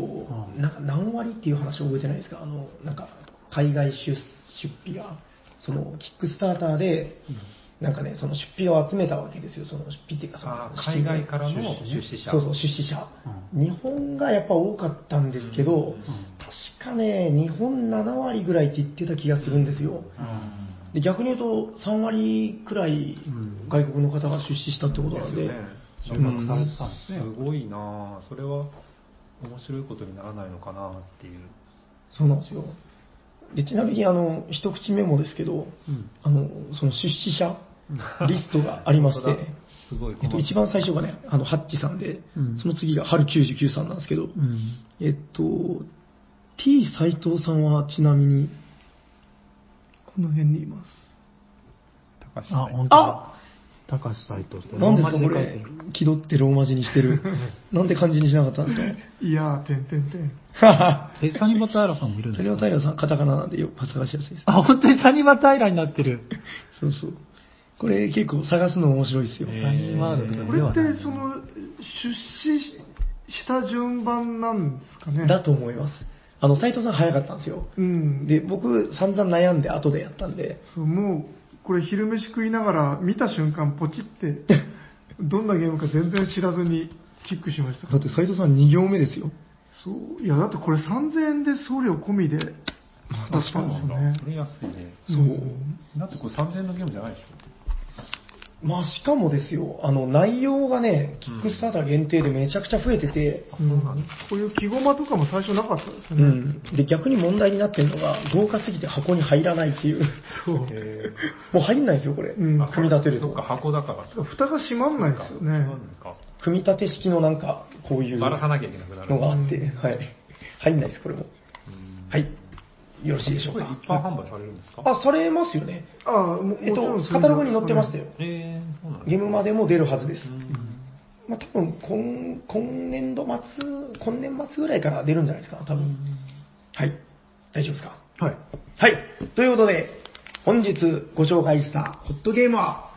B: なんか何割っていう話覚えてないですかあの、なんか、海外出出費が、その、キックスターターで、なんかね、その出費を集めたわけですよ。その出費っていうか、そ
G: あ
B: の、
G: ー海外からの出資者
B: そうそう、出資者。日本がやっぱ多かったんですけど、確かね、日本7割ぐらいって言ってた気がするんですよ。で逆に言うと、3割くらい外国の方が出資したってことなんで、
G: 注目されてたんですね。すごいなぁそれは面白いことにならないのかなっていう。
B: そうなんですよ。でちなみにあの一口メモですけど、あのその出資者リストがありまし
G: 本当
B: て
G: だ、すごい
B: えっと、一番最初がね、あのハッチさんで、その次が春99さんなんですけど、えっと、T 斎藤さんはちなみに、この辺にいます。
A: あ、本当だ。
B: あ
A: 高橋斎藤って。
B: なんですかこれ、気取ってローマ字にして る。なんで漢字にしなかったんですか
D: いやー、てんてんてん。
B: は は
A: え、サニバタイラさんもいるん
B: 谷
A: です
B: 川平さん、カタカナなんでよく探しやすいです。
A: あ、本当にサニバタイラになってる。
B: そうそう。これ結構探すの面白いですよ。
A: サニーワールド
D: こ
A: で
D: れ
A: は
D: っ
A: ない
D: て、その、出資した順番なんですかね。
B: だと思います。あの、斉藤さん早かったんですよ。
D: うん。
B: で、僕散々悩んで後でやったんで、
D: そうもう、これ昼飯食いながら見た瞬間ポチ って、どんなゲームか全然知らずにキックしました
B: だ。って斉藤さん2行目ですよ。
D: そう、いやだってこれ3000円で送料込みで、確かにね
G: そ。れ安いね。
B: そう。
G: だってこれ3000円のゲームじゃないでし
B: まあ、しかもですよ、あの、内容がね、キックスターター限定でめちゃくちゃ増えてて、
D: うんこういう木駒とかも最初なかったです
B: う
D: よね。
B: ん。で、逆に問題になってるのが、豪華すぎて箱に入らないっていう。
D: そう。
G: ょ。へー
B: もう入んないですよ、これ。
D: うん
G: あ
B: 組み立てる
G: そっ
B: と
G: か、。箱だから。そ
D: 蓋が閉まんないですよ
G: うな
D: ね。
G: んか。
B: 組み立て式のなんか、こういう
G: ばらさ
B: の
G: なきゃいけなくなる。
B: があって、はい。入んないです、これも。はい。よろしいでしょう
G: これ
B: か
G: 一。般販売されるんですか
B: あ、されますよね。
D: ああ、も
B: えっと
D: もちろん、
B: カタログに載ってましたよ。
G: えー、そうなん
B: ゲ
G: で
B: ームまでも出るはずです。
G: うん
B: まあ、多分今、今年度末、今年末ぐらいから出るんじゃないですか、多分。はい。大丈夫ですか
D: はい。
B: はい。ということで、本日ご紹介したホットゲームは、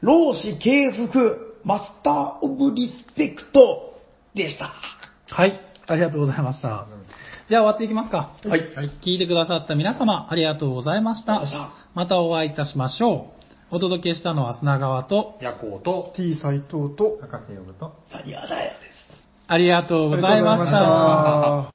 B: 老子敬服マスターオブリスペクトでした。
A: はい。ありがとうございました。じゃあ終わっていきますか。
B: はい。
A: 聞いてくださった皆様、ありがとうございまし
B: ありがとうござい
A: た。またお会いいたしましょう。お届けしたのは砂川と、
G: 夜行と、
D: T 斎藤と、
G: 博士呼ぶと、
B: サニアダイヤです。
A: ありがとうございまし。
D: ありがとうございました